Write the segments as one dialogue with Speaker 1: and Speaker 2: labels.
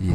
Speaker 1: 以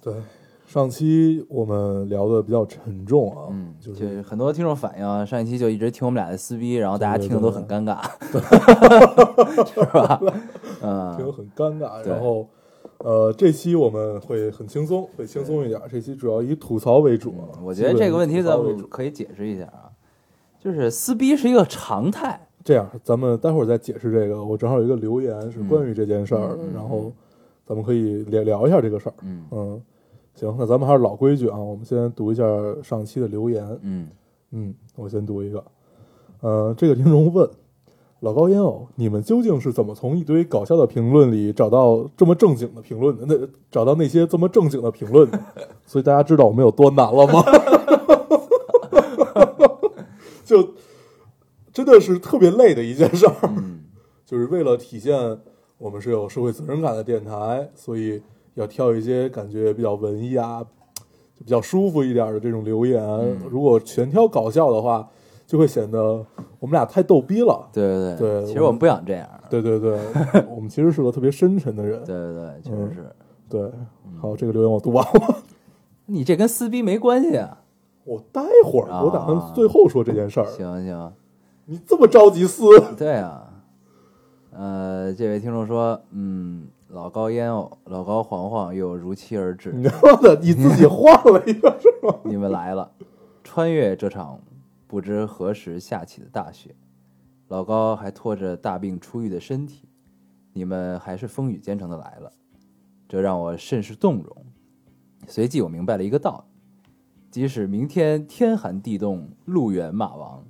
Speaker 2: 对，上期我们聊的比较沉重啊，
Speaker 1: 嗯，
Speaker 2: 就
Speaker 1: 就是是很多听众反映啊，上一期就一直听我们俩在撕逼，然后大家听的都很尴尬，是 吧？
Speaker 2: 听
Speaker 1: 嗯，
Speaker 2: 得很尴尬。
Speaker 1: 对
Speaker 2: 然后，呃，这期我们会很轻松，会轻松一点。这期主要以吐槽为主啊。
Speaker 1: 嗯我觉得这个问题
Speaker 2: 基本以
Speaker 1: 咱
Speaker 2: 吐槽为
Speaker 1: 们
Speaker 2: 主
Speaker 1: 可以解释一下啊，就是撕逼是一个常态，
Speaker 2: 这样，咱们待会儿再解释这个。我正好有一个留言是关于这件事儿的，
Speaker 1: 嗯嗯嗯
Speaker 2: 然后咱们可以聊聊一下这个事儿。
Speaker 1: 嗯
Speaker 2: 嗯，行，那咱们还是老规矩啊，我们先读一下上期的留言。
Speaker 1: 嗯，
Speaker 2: 嗯，我先读一个。呃，这个听众问：老高烟偶，你们究竟是怎么从一堆搞笑的评论里找到这么正经的评论的？那找到那些这么正经的评论的？所以大家知道我们有多难了吗？ 就真的是特别累的一件事儿。 就是为了体现我们是有社会责任感的电台，所以要挑一些感觉比较文艺啊，就比较舒服一点的这种留言。如果全挑搞笑的话，就会显得我们俩太逗逼了。
Speaker 1: 对对
Speaker 2: 对
Speaker 1: 其实我
Speaker 2: 我
Speaker 1: 们不想这样，
Speaker 2: 对对对，我们其实是个特别深沉的人。
Speaker 1: 对嗯对对，确实是，
Speaker 2: 对，好，这个留言我读完了。
Speaker 1: 你这跟撕逼没关系啊，
Speaker 2: 我待会儿
Speaker 1: 啊
Speaker 2: 我打算最后说这件事儿。
Speaker 1: 行行。
Speaker 2: 你这么着急撕？
Speaker 1: 对啊，呃，这位听众说，嗯，老高烟偶，老高黄黄又如期而至，
Speaker 2: 你妈的，你自 己换了一个是吗？
Speaker 1: 你们来了，穿越这场不知何时下起的大雪，老高还拖着大病初愈的身体，你们还是风雨兼程的来了，这让我甚是动容。随即我明白了一个道理：即使明天天寒地冻、路远马亡，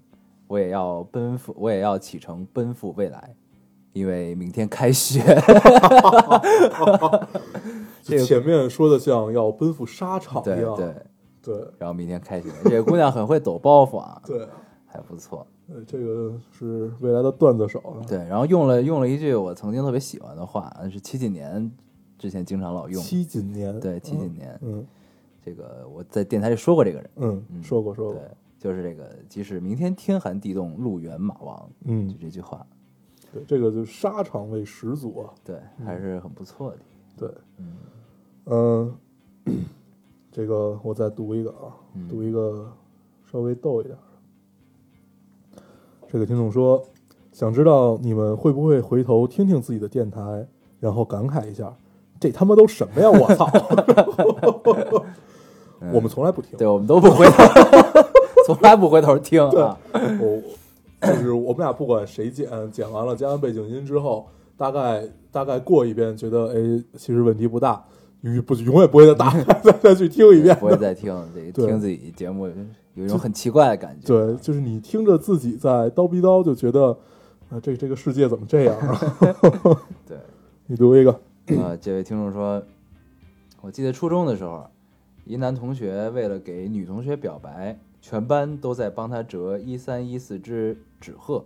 Speaker 1: 我也要奔赴，我也要启程奔赴未来，因为明天开学。
Speaker 2: 就前面说的像要奔赴沙场
Speaker 1: 对
Speaker 2: 一样。
Speaker 1: 对，
Speaker 2: 对
Speaker 1: 然后明天开学，这个姑娘很会抖包袱啊，
Speaker 2: 对。
Speaker 1: 还不错。
Speaker 2: 呃，这个是未来的段子手啊，
Speaker 1: 对，然后用了用了一句我曾经特别喜欢的话，是七几年之前经常老用。
Speaker 2: 七几年，
Speaker 1: 对，七几年，
Speaker 2: 嗯
Speaker 1: 这个我在电台里说过这个人。
Speaker 2: 嗯嗯，说过说
Speaker 1: 对
Speaker 2: 过，，
Speaker 1: 就是这个，即使明天天寒地冻，路远马亡，就
Speaker 2: 嗯，
Speaker 1: 这句话，
Speaker 2: 对，这个就是沙场味十足啊，
Speaker 1: 对，还是很不错的。
Speaker 2: 对，嗯， 这个我再读一个啊，
Speaker 1: 嗯
Speaker 2: 读一个稍微逗一点的。这个听众说，想知道你们会不会回头听听自己的电台，然后感慨一下，这他妈都什么呀，我操！我们从来不听，
Speaker 1: 对，我们都不回头， 从来不回头听啊。
Speaker 2: 我就是我们俩不管谁剪，剪完了加完背景音之后，大概大概过一遍，觉得哎，其实问题不大，永不永远不会再打开 再再去听一遍
Speaker 1: 不。会再听这
Speaker 2: 对
Speaker 1: 听自己节目，有一种很奇怪的感觉。
Speaker 2: 对，就是你听着自己在叨逼叨，就觉得啊、呃这这个世界怎么这样啊？
Speaker 1: 对，
Speaker 2: 你读一个，
Speaker 1: 呃，这位听众说，我记得初中的时候，一男同学为了给女同学表白，全班都在帮他折一三一四只纸鹤，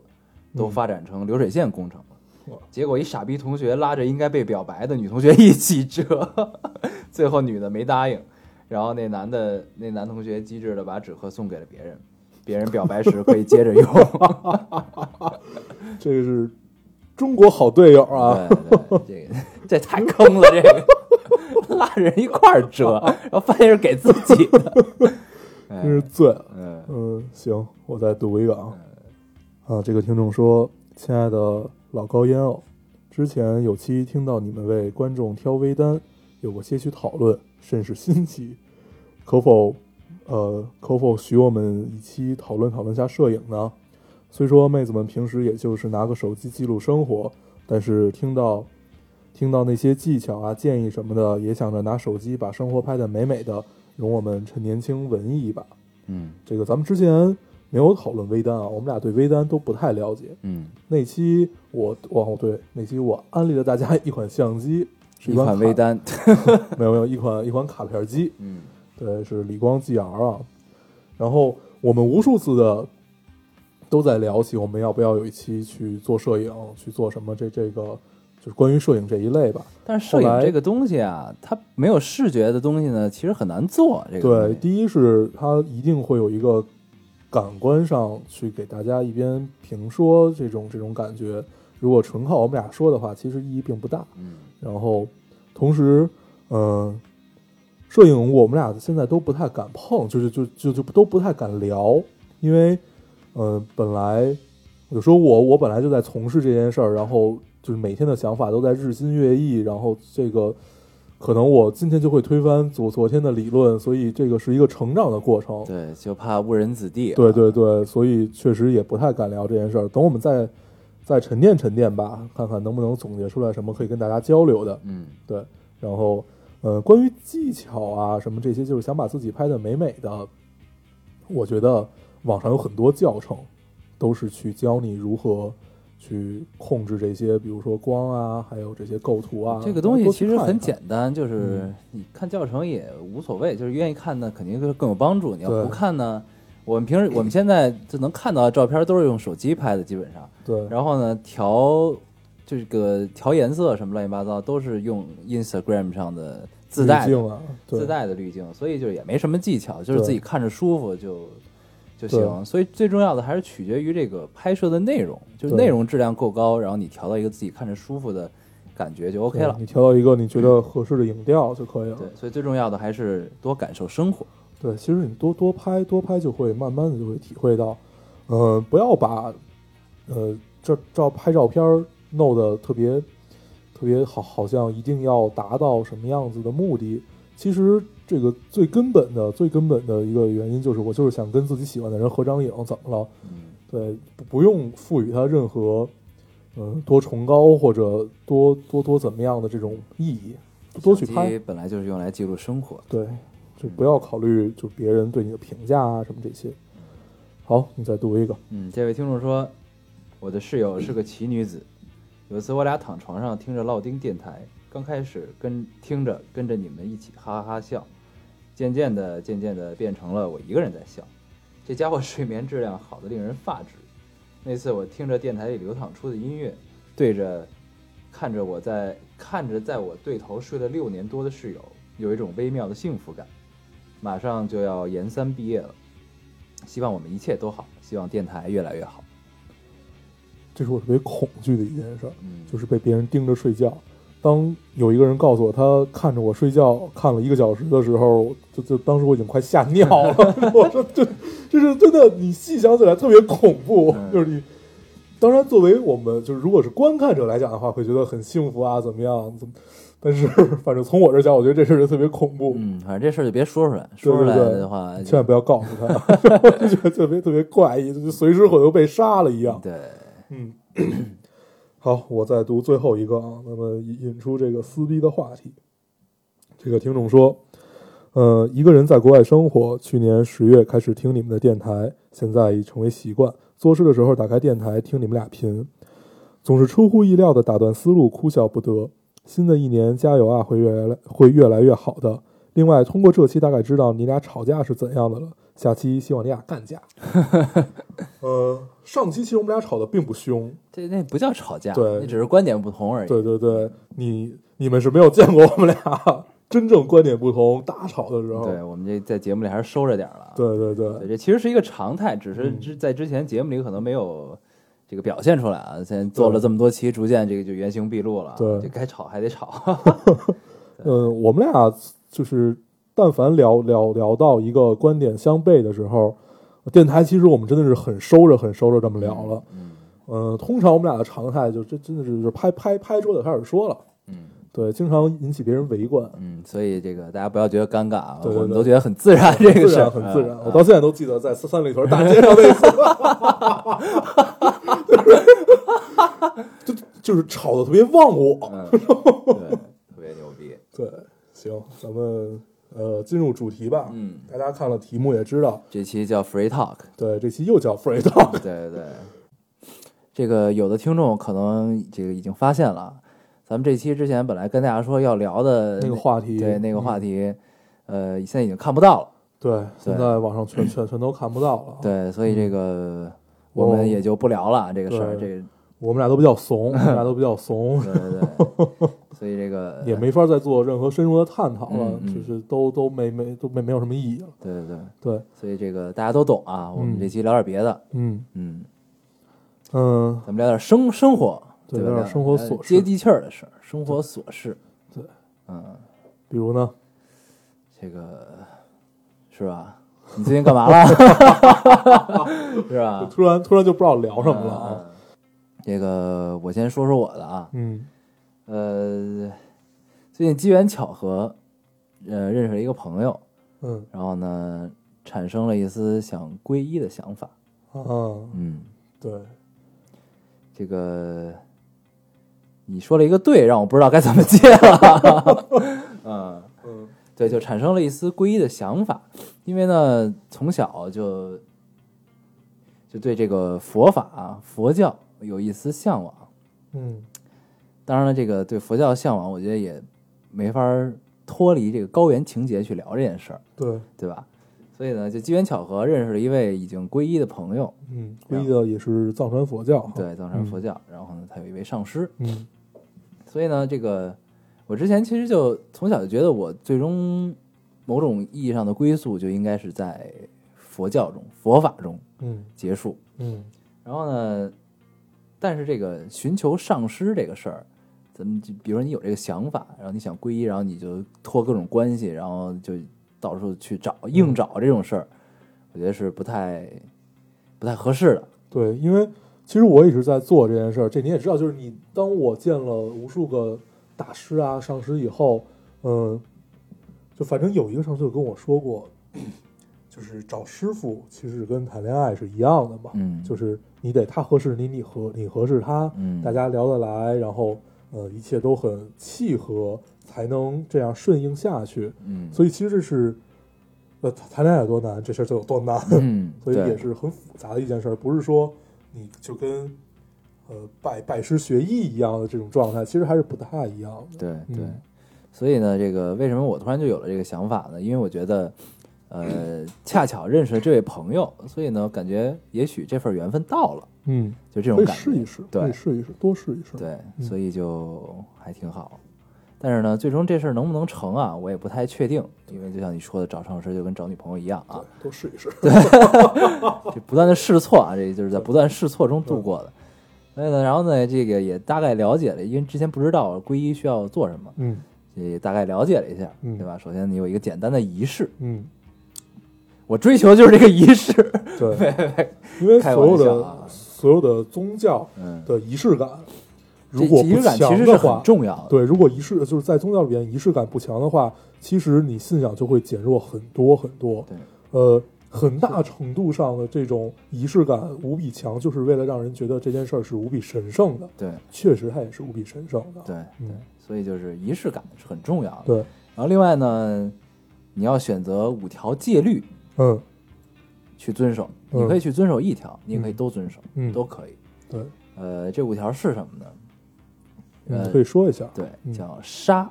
Speaker 1: 都发展成流水线工程了。
Speaker 2: 哇
Speaker 1: 结果一傻逼同学拉着应该被表白的女同学一起折， 最后女的没答应，然后那男的那男同学机智的把纸鹤送给了别人，别人表白时可以接着用。
Speaker 2: 这个是中国好队友啊，
Speaker 1: 对对，这个这太坑了，这个拉着人一块儿折，然后发现是给自己 的，哎
Speaker 2: 真是醉了。
Speaker 1: 嗯
Speaker 2: 嗯，行，我再读一个啊。啊，这个听众说：“亲爱的老高烟偶，之前有期听到你们为观众挑微单，有过些许讨论，甚是新奇。可否，呃，可否许我们一期讨论讨论下摄影呢？虽说妹子们平时也就是拿个手机记录生活，但是听到听到那些技巧啊、建议什么的，也想着拿手机把生活拍得美美的，容我们趁年轻文艺一把。”
Speaker 1: 嗯
Speaker 2: 这个咱们之前没有讨论微单啊，我们俩对微单都不太了解。
Speaker 1: 嗯
Speaker 2: 那期我哦对，那期我安利了大家一款相机，是
Speaker 1: 一
Speaker 2: 一款
Speaker 1: 款
Speaker 2: 卡
Speaker 1: 微单，
Speaker 2: 没有没有一款一款卡片机，
Speaker 1: 嗯，
Speaker 2: 对，是理光 GR 啊。然后我们无数次的都在聊起我们要不要有一期去做摄影，去做什么这这个就是关于摄影这一类吧。
Speaker 1: 但是摄
Speaker 2: 后
Speaker 1: 影
Speaker 2: 来
Speaker 1: 这个东西啊，它没有视觉的东西呢，其实很难做。这个
Speaker 2: 对，
Speaker 1: 东西
Speaker 2: 第一是它一定会有一个感官上去给大家一边评说这种这种感觉。如果纯靠我们俩说的话，其实意义并不大。
Speaker 1: 嗯，
Speaker 2: 然后同时，嗯、摄影我们俩现在都不太敢碰，就是就就就都不太敢聊，因为，呃，本来我就说我我本来就在从事这件事儿，然后就是每天的想法都在日新月异，然后这个可能我今天就会推翻昨昨天的理论，所以这个是一个成长的过程。
Speaker 1: 对，就怕误人子弟啊。
Speaker 2: 对对对，所以确实也不太敢聊这件事儿。等我们再再沉淀沉淀吧，看看能不能总结出来什么可以跟大家交流的。
Speaker 1: 嗯，
Speaker 2: 对，然后呃，关于技巧啊什么这些，就是想把自己拍的美美的，我觉得网上有很多教程，都是去教你如何去控制这些，比如说光啊，还有这些构图啊。
Speaker 1: 这个东西
Speaker 2: 多去
Speaker 1: 其
Speaker 2: 看
Speaker 1: 实
Speaker 2: 一
Speaker 1: 很
Speaker 2: 看
Speaker 1: 简单，就是
Speaker 2: 嗯
Speaker 1: 你看教程也无所谓，就是愿意看呢，肯定更更有帮助。你要
Speaker 2: 对
Speaker 1: 不看呢，我们平时我们现在就能看到的照片都是用手机拍的，基本上。
Speaker 2: 对，
Speaker 1: 然后呢，调这个调颜色什么乱七八糟都是用 Instagram 上的自带
Speaker 2: 滤
Speaker 1: 的
Speaker 2: 镜啊，对
Speaker 1: 自带的滤镜，所以就也没什么技巧，就是
Speaker 2: 对
Speaker 1: 自己看着舒服就就行。
Speaker 2: 对
Speaker 1: 所以最重要的还是取决于这个拍摄的内容，就是
Speaker 2: 对
Speaker 1: 内容质量够高，然后你调到一个自己看着舒服的感觉就 OK
Speaker 2: 对
Speaker 1: 了。
Speaker 2: 你调到一个你觉得合适的影调就可以了。
Speaker 1: 对，所以最重要的还是多感受生活。
Speaker 2: 对，其实你多多拍多拍，就会慢慢的就会体会到，呃，不要把呃这照拍照片儿弄得特别特别好，好像一定要达到什么样子的目的。其实这个最根本的、最根本的一个原因就是，我就是想跟自己喜欢的人合张影，怎么了？
Speaker 1: 嗯，
Speaker 2: 对，不不用赋予它任何嗯、呃多崇高或者多多多怎么样的这种意义，多去拍。
Speaker 1: 本来就是用来记录生活。
Speaker 2: 对，就不要考虑就别人对你的评价啊什么这些。好，你再读一个。
Speaker 1: 嗯，这位听众说，我的室友是个奇女子。有一次我俩躺床上听着烙丁电台，刚开始跟听着跟着你们一起哈哈哈笑，渐渐的渐渐的变成了我一个人在笑。这家伙睡眠质量好的令人发指。那次我听着电台里流淌出的音乐，对着看着我在看着在我对头睡了六年多的室友，有一种微妙的幸福感。马上就要研三毕业了，希望我们一切都好，希望电台越来越好。
Speaker 2: 这是我特别恐惧的一件事儿，
Speaker 1: 嗯
Speaker 2: 就是被别人盯着睡觉。当有一个人告诉我他看着我睡觉看了一个小时的时候，我就就当时我已经快吓尿了。 我说这这是真的，你细想起来特别恐怖，
Speaker 1: 嗯
Speaker 2: 就是你。当然，作为我们就是如果是观看者来讲的话，会觉得很幸福啊，怎么样？怎么？但是反正从我这儿讲，我觉得这事儿就特别恐怖。
Speaker 1: 嗯，反正这事儿就别说出来，说出来
Speaker 2: 哦对对
Speaker 1: 的话就，
Speaker 2: 千万不要告诉他， 我就觉得特别特别怪异，就随时可能被杀了一样。
Speaker 1: 对，
Speaker 2: 嗯， 好，我再读最后一个啊，那么引引出这个撕逼的话题。这个听众说，呃，一个人在国外生活，去年十月开始听你们的电台，现在已成为习惯。做事的时候打开电台听你们俩频，总是出乎意料的打断思路，哭笑不得。新的一年加油啊，会越来会越来越好的。另外，通过这期大概知道你俩吵架是怎样的了。下期希望你俩干架。呃，上期其实我们俩吵得并不凶，
Speaker 1: 这那不叫吵架，
Speaker 2: 对
Speaker 1: 那只是观点不同而已。
Speaker 2: 对对对，你你们是没有见过我们俩真正观点不同大吵的时候。
Speaker 1: 对我们这在节目里还是收着点儿了。
Speaker 2: 对对对
Speaker 1: 对，这其实是一个常态，只是
Speaker 2: 嗯
Speaker 1: 之在之前节目里可能没有这个表现出来啊。现在做了这么多期，逐渐这个就原形毕露了啊。
Speaker 2: 对
Speaker 1: 这该吵还 得吵。
Speaker 2: 嗯，我们俩就是但凡聊聊聊到一个观点相悖的时候，电台其实我们真的是很收着很收着这么聊了。
Speaker 1: 嗯
Speaker 2: 嗯，通常我们俩的常态就这真的是就是拍拍拍桌子开始说了，
Speaker 1: 嗯
Speaker 2: 对，经常引起别人围观。
Speaker 1: 嗯，所以这个大家不要觉得尴尬啊，
Speaker 2: 对对
Speaker 1: 我们
Speaker 2: 对
Speaker 1: 都觉得很自然， 这个
Speaker 2: 自
Speaker 1: 事儿
Speaker 2: 然，很自然
Speaker 1: 嗯。
Speaker 2: 我到现在都记得在三里屯大街上那一次，就是哎就就是吵得特别忘我。
Speaker 1: 嗯，对，特别牛逼。
Speaker 2: 对，行，咱们呃进入主题吧。
Speaker 1: 嗯，
Speaker 2: 大家看了题目也知道，
Speaker 1: 这期叫 Free Talk，
Speaker 2: 对，这期又叫 free talk。
Speaker 1: 对对对。这个有的听众可能这个已经发现了，咱们这期之前本来跟大家说要聊的
Speaker 2: 那个话题， 嗯
Speaker 1: 对那个话
Speaker 2: 题，
Speaker 1: 题，呃，现在已经看不到了。
Speaker 2: 对，现在网上全全全都看不到了。，
Speaker 1: 对，所以这个我们也就不聊了啊这个事
Speaker 2: 嗯
Speaker 1: 儿。这
Speaker 2: 哦对
Speaker 1: 个
Speaker 2: 我们俩都比较 怂，我们俩都比较怂，
Speaker 1: 对对 对，所以这个
Speaker 2: 也没法再做任何深入的探讨了
Speaker 1: 嗯，嗯
Speaker 2: 就是都都没没都没没有什么意义了。
Speaker 1: 对对对，
Speaker 2: 对，
Speaker 1: 所以这个大家都懂啊。我
Speaker 2: 嗯
Speaker 1: 们这期聊点别的，
Speaker 2: 嗯
Speaker 1: 嗯，
Speaker 2: 嗯，
Speaker 1: 咱们聊点生生活，
Speaker 2: 对
Speaker 1: 吧？
Speaker 2: 聊点生活琐事
Speaker 1: 聊点接地气儿的事儿，生活琐事。
Speaker 2: 对，
Speaker 1: 嗯，
Speaker 2: 比如呢，
Speaker 1: 这个是吧？你最近干嘛了？ 是
Speaker 2: 就
Speaker 1: 吧？
Speaker 2: 突然突然就不知道聊什么了啊。
Speaker 1: 嗯这个我先说说我的啊，
Speaker 2: 嗯
Speaker 1: 呃，最近机缘巧合，呃，认识了一个朋友，
Speaker 2: 嗯
Speaker 1: 然后呢，产生了一丝想皈依的想法。
Speaker 2: 啊，
Speaker 1: 嗯，
Speaker 2: 对，
Speaker 1: 这个你说了一个对，让我不知道该怎么接了。 嗯，
Speaker 2: 嗯
Speaker 1: 对，就产生了一丝皈依的想法，因为呢，从小就就对这个佛法、啊佛教有一丝向往。
Speaker 2: 嗯
Speaker 1: 当然了，这个对佛教向往，我觉得也没法儿脱离这个高原情节去聊这件事儿，
Speaker 2: 对，
Speaker 1: 对吧？所以呢，就机缘巧合认识了一位已经皈依的朋友，
Speaker 2: 嗯，皈依的也是藏传佛教。
Speaker 1: 对，，藏传佛教。然后呢，他有一位上师，
Speaker 2: 嗯
Speaker 1: 所以呢，这个我之前其实就从小就觉得，我最终某种意义上的归宿就应该是在佛教中、佛法中
Speaker 2: 嗯
Speaker 1: 结束。
Speaker 2: 嗯
Speaker 1: 然后呢，但是这个寻求上师这个事儿，咱们就比如说你有这个想法，然后你想皈依，然后你就托各种关系，然后就到处去找
Speaker 2: 嗯
Speaker 1: 硬找这种事儿，我觉得是不太不太合适的。
Speaker 2: 对，因为其实我一直在做这件事儿，这你也知道，就是你当我见了无数个大师啊、上师以后，嗯，就反正有一个上师就跟我说过， 就是找师傅其实跟谈恋爱是一样的嘛，
Speaker 1: 嗯
Speaker 2: 就是你得他合适你，你合你合适他，
Speaker 1: 嗯
Speaker 2: 大家聊得来，然后呃一切都很契合，才能这样顺应下去。
Speaker 1: 嗯，
Speaker 2: 所以其实这是，呃，谈谈恋爱有多难，这事儿就有多难。
Speaker 1: 嗯，
Speaker 2: 所以
Speaker 1: 对
Speaker 2: 也是很复杂的一件事儿，不是说你就跟呃拜拜师学艺一样的这种状态，其实还是不太一样的。
Speaker 1: 对对
Speaker 2: 嗯，
Speaker 1: 所以呢，这个为什么我突然就有了这个想法呢？因为我觉得，呃，恰巧认识了这位朋友，所以呢，感觉也许这份缘分到了，
Speaker 2: 嗯，
Speaker 1: 就这
Speaker 2: 可
Speaker 1: 种
Speaker 2: 以
Speaker 1: 感觉。
Speaker 2: 试一试，可
Speaker 1: 对
Speaker 2: 以试一试，多试一试。，
Speaker 1: 对，
Speaker 2: 嗯
Speaker 1: 所以就还挺好。但是呢，最终这事儿能不能成啊，我也不太确定，因为就像你说的，找上师就跟找女朋友一样啊，
Speaker 2: 多试一试。
Speaker 1: 这不断的试错啊，这就是在不断试错中度过的。所以呢，然后呢，这个也大概了解了，因为之前不知道皈依需要做什么，
Speaker 2: 嗯
Speaker 1: 也大概了解了一下，
Speaker 2: 嗯
Speaker 1: 对吧？首先你有一个简单的仪式，
Speaker 2: 嗯，
Speaker 1: 我追求的就是这个仪 式，
Speaker 2: 对，因为
Speaker 1: 开
Speaker 2: 所
Speaker 1: 玩
Speaker 2: 有
Speaker 1: 笑
Speaker 2: 的、
Speaker 1: 啊
Speaker 2: 所有的宗教
Speaker 1: 嗯，
Speaker 2: 的仪式感，
Speaker 1: 这
Speaker 2: 如果
Speaker 1: 仪
Speaker 2: 不
Speaker 1: 式感其
Speaker 2: 强
Speaker 1: 实是
Speaker 2: 的
Speaker 1: 很
Speaker 2: 话，
Speaker 1: 重要的，
Speaker 2: 对，如果仪式就是在宗教里边仪式感不强的话，其实你信仰就会减弱很多很多。
Speaker 1: 对，
Speaker 2: 呃，很大程度上的这种仪式感无比强，就是为了让人觉得这件事儿是无比神圣的。
Speaker 1: 对
Speaker 2: 确实，它也是无比神圣的。
Speaker 1: 对对
Speaker 2: 嗯，
Speaker 1: 所以就是仪式感是很重要的。
Speaker 2: 对，
Speaker 1: 然后另外呢，你要选择五条戒律
Speaker 2: 嗯，
Speaker 1: 去遵守，
Speaker 2: 嗯
Speaker 1: 你可以去遵守一条，你也可以都遵守，
Speaker 2: 嗯
Speaker 1: 都可以。
Speaker 2: 对，
Speaker 1: 呃，这五条是什么呢？
Speaker 2: 嗯
Speaker 1: 呃
Speaker 2: 可以说一下。
Speaker 1: 对，
Speaker 2: 嗯
Speaker 1: 叫杀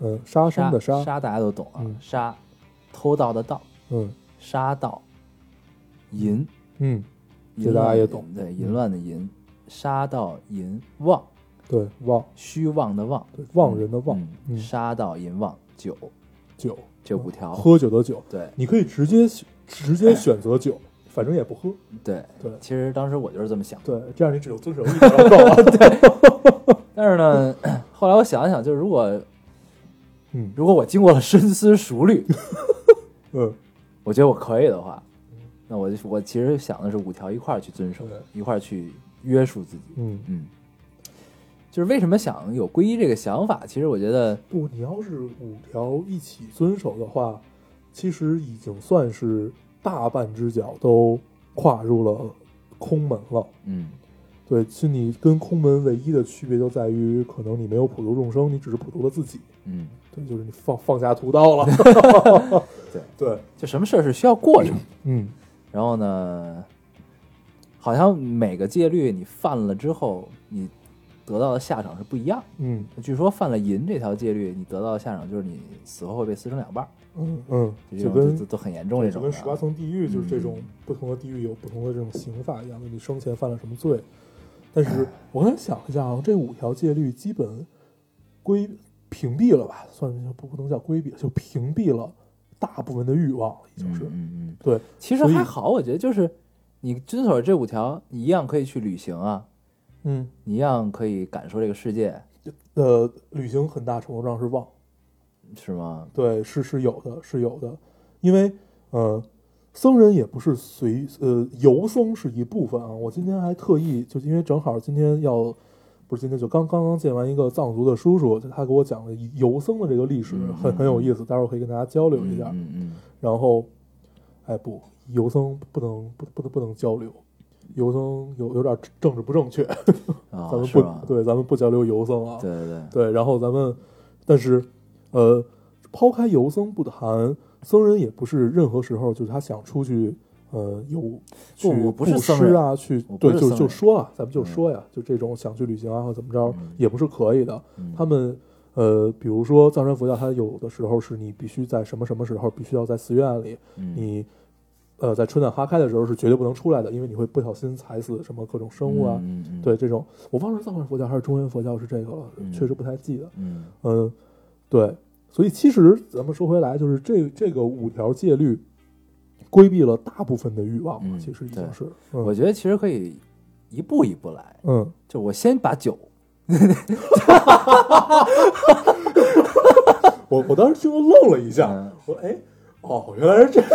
Speaker 2: 嗯，杀生
Speaker 1: 杀
Speaker 2: 的杀，
Speaker 1: 杀，大家都懂啊
Speaker 2: 嗯，
Speaker 1: 杀偷盗的盗，
Speaker 2: 嗯
Speaker 1: 杀盗，淫，
Speaker 2: 嗯，
Speaker 1: 淫
Speaker 2: 这大
Speaker 1: 乱
Speaker 2: 家
Speaker 1: 的
Speaker 2: 也
Speaker 1: 淫
Speaker 2: 懂嗯
Speaker 1: 对，淫乱的淫，杀盗淫妄，
Speaker 2: 对，忘
Speaker 1: 虚妄的妄，
Speaker 2: 对忘人的忘，
Speaker 1: 嗯杀盗淫妄酒
Speaker 2: 酒，
Speaker 1: 这五条，
Speaker 2: 喝酒的酒，
Speaker 1: 对
Speaker 2: 你可以直接直接选择酒，反正也不喝。
Speaker 1: 对
Speaker 2: 对
Speaker 1: 其实当时我就是这么想的。
Speaker 2: 对，这样你只有遵守一条就够啊了。
Speaker 1: 但是呢， 后来我想一想，就是如果
Speaker 2: 嗯
Speaker 1: 如果我经过了深思熟虑，
Speaker 2: 嗯，
Speaker 1: 我觉得我可以的话，那我就我其实想的是五条一块儿去遵守
Speaker 2: 对，
Speaker 1: 一块儿去约束自己。
Speaker 2: 嗯，
Speaker 1: 嗯，就是为什么想有皈依这个想法？其实我觉得，
Speaker 2: 不，你要是五条一起遵守的话，其实已经算是大半只脚都跨入了空门了。
Speaker 1: 嗯，
Speaker 2: 对，其实你跟空门唯一的区别就在于，可能你没有普度众生，你只是普度了自己。
Speaker 1: 嗯，
Speaker 2: 对，就是你放放下屠刀了。
Speaker 1: 对，
Speaker 2: 对，
Speaker 1: 就什么事儿是需要过程，
Speaker 2: 嗯
Speaker 1: 然后呢，好像每个戒律你犯了之后，你得到的下场是不一样。
Speaker 2: 嗯
Speaker 1: 据说犯了淫这条戒律，你得到的下场就是你死后会被撕成两半儿，
Speaker 2: 嗯嗯，
Speaker 1: 啊这
Speaker 2: 就
Speaker 1: 种
Speaker 2: 跟
Speaker 1: 都都很严重这
Speaker 2: 就
Speaker 1: 种
Speaker 2: 跟
Speaker 1: 的。
Speaker 2: 十八层地狱就是这种
Speaker 1: 嗯
Speaker 2: 不同的地狱有不同的这种刑法一样的，你生前犯了什么罪？但是 我刚才想了一下，好像这五条戒律基本规屏蔽了吧，算是不不能叫规避，就屏蔽了大部分的欲望，已经
Speaker 1: 嗯
Speaker 2: 是、
Speaker 1: 嗯嗯，
Speaker 2: 对，
Speaker 1: 其实
Speaker 2: 所以
Speaker 1: 还好，我觉得就是你遵守这五条，你一样可以去旅行啊，
Speaker 2: 嗯，
Speaker 1: 你一样可以感受这个世界，
Speaker 2: 呃，旅行很大程度上是忘，
Speaker 1: 是吗？
Speaker 2: 对，是是有的，是有的，因为呃，僧人也不是随呃游僧是一部分啊。我今天还特意就是因为正好今天要不是今天就刚刚刚见完一个藏族的叔叔，他给我讲了一游僧的这个历史，
Speaker 1: 嗯
Speaker 2: 很很有意思，待会儿可以跟大家交流一下。
Speaker 1: 嗯嗯
Speaker 2: 然后，哎不，游僧不能不不能不能交流，游僧有有点政治不正确，
Speaker 1: 嗯，啊、
Speaker 2: 咱们
Speaker 1: 是
Speaker 2: 不
Speaker 1: 吗？
Speaker 2: 对，咱们不交流游僧啊。
Speaker 1: 对对对，
Speaker 2: 对，然后咱们，但是，呃，抛开游僧不谈，僧人也不是任何时候就是他想出去，呃，有去
Speaker 1: 我
Speaker 2: 布
Speaker 1: 不是僧
Speaker 2: 施
Speaker 1: 人
Speaker 2: 啊，去
Speaker 1: 我
Speaker 2: 对，
Speaker 1: 不是
Speaker 2: 就
Speaker 1: 僧
Speaker 2: 就
Speaker 1: 人
Speaker 2: 说啊，咱们就说呀，就这种想去旅行啊或怎么着，
Speaker 1: 嗯
Speaker 2: 也不是可以的。
Speaker 1: 嗯
Speaker 2: 他们呃，比如说藏传佛教，它有的时候是你必须在什么什么时候必须要在寺院里，
Speaker 1: 嗯
Speaker 2: 你呃在春暖花开的时候是绝对不能出来的，因为你会不小心踩死什么各种生物啊。
Speaker 1: 嗯嗯嗯、
Speaker 2: 对这种，我忘了是藏传佛教还是中原佛教是这个了，
Speaker 1: 嗯
Speaker 2: 确实不太记得。
Speaker 1: 嗯
Speaker 2: 嗯，对，所以其实咱们说回来，就是这这个五条戒律规避了大部分的欲望了，
Speaker 1: 嗯
Speaker 2: 其实已经
Speaker 1: 对
Speaker 2: 是，嗯
Speaker 1: 我觉得其实可以一步一步来，
Speaker 2: 嗯，
Speaker 1: 就我先把酒，
Speaker 2: 我我当时听了愣了一下，
Speaker 1: 嗯
Speaker 2: 我说哎，哦，原来是这样，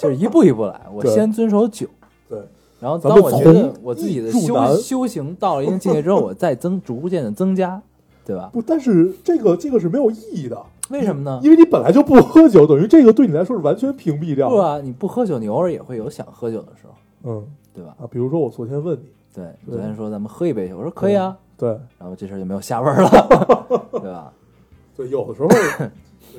Speaker 1: 就是一步一步来，我
Speaker 2: 对
Speaker 1: 先遵守酒，
Speaker 2: 对，
Speaker 1: 然后
Speaker 2: 咱
Speaker 1: 当
Speaker 2: 们
Speaker 1: 我觉得
Speaker 2: 从
Speaker 1: 我自己的
Speaker 2: 易入难
Speaker 1: 修修行到了一定 境界之后，我再增逐渐的增加，对吧？
Speaker 2: 不，但是这个这个是没有意义的，
Speaker 1: 为什么呢？
Speaker 2: 因为你本来就不喝酒，等于这个对你来说是完全屏蔽掉
Speaker 1: 不
Speaker 2: 的，
Speaker 1: 啊，你不喝酒，你偶尔也会有想喝酒的时候，
Speaker 2: 嗯
Speaker 1: 对吧？
Speaker 2: 啊，比如说我昨天问你，
Speaker 1: 对，
Speaker 2: 对嗯
Speaker 1: 昨天说咱们喝一杯去，我说可以啊，
Speaker 2: 对，
Speaker 1: 然后这事儿就没有下 文了，对吧？
Speaker 2: 对，有的时候对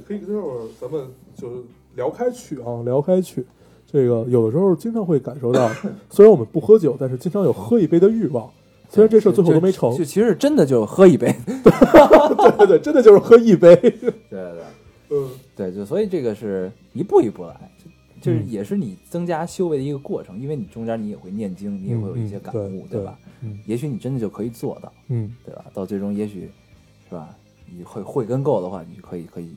Speaker 2: 可以跟会儿咱们就是聊开去啊，聊开去。这个有的时候经常会感受到，虽然我们不喝酒，但是经常有喝一杯的欲望。虽然这事儿最后都没成
Speaker 1: 就，就其实真的就喝 一杯，
Speaker 2: 对对对，真的就是喝一 杯。
Speaker 1: 对对对
Speaker 2: 嗯，
Speaker 1: 对，就所以这个是一步一步来，就就是
Speaker 2: 嗯
Speaker 1: 也是你增加修为的一个过程，因为你中间你也会念经，你也会有一些感悟，
Speaker 2: 嗯
Speaker 1: 对吧？？
Speaker 2: 嗯
Speaker 1: 也许你真的就可以做到，
Speaker 2: 嗯
Speaker 1: 对吧？到最终也许是吧，你会慧根够的话，你可以可以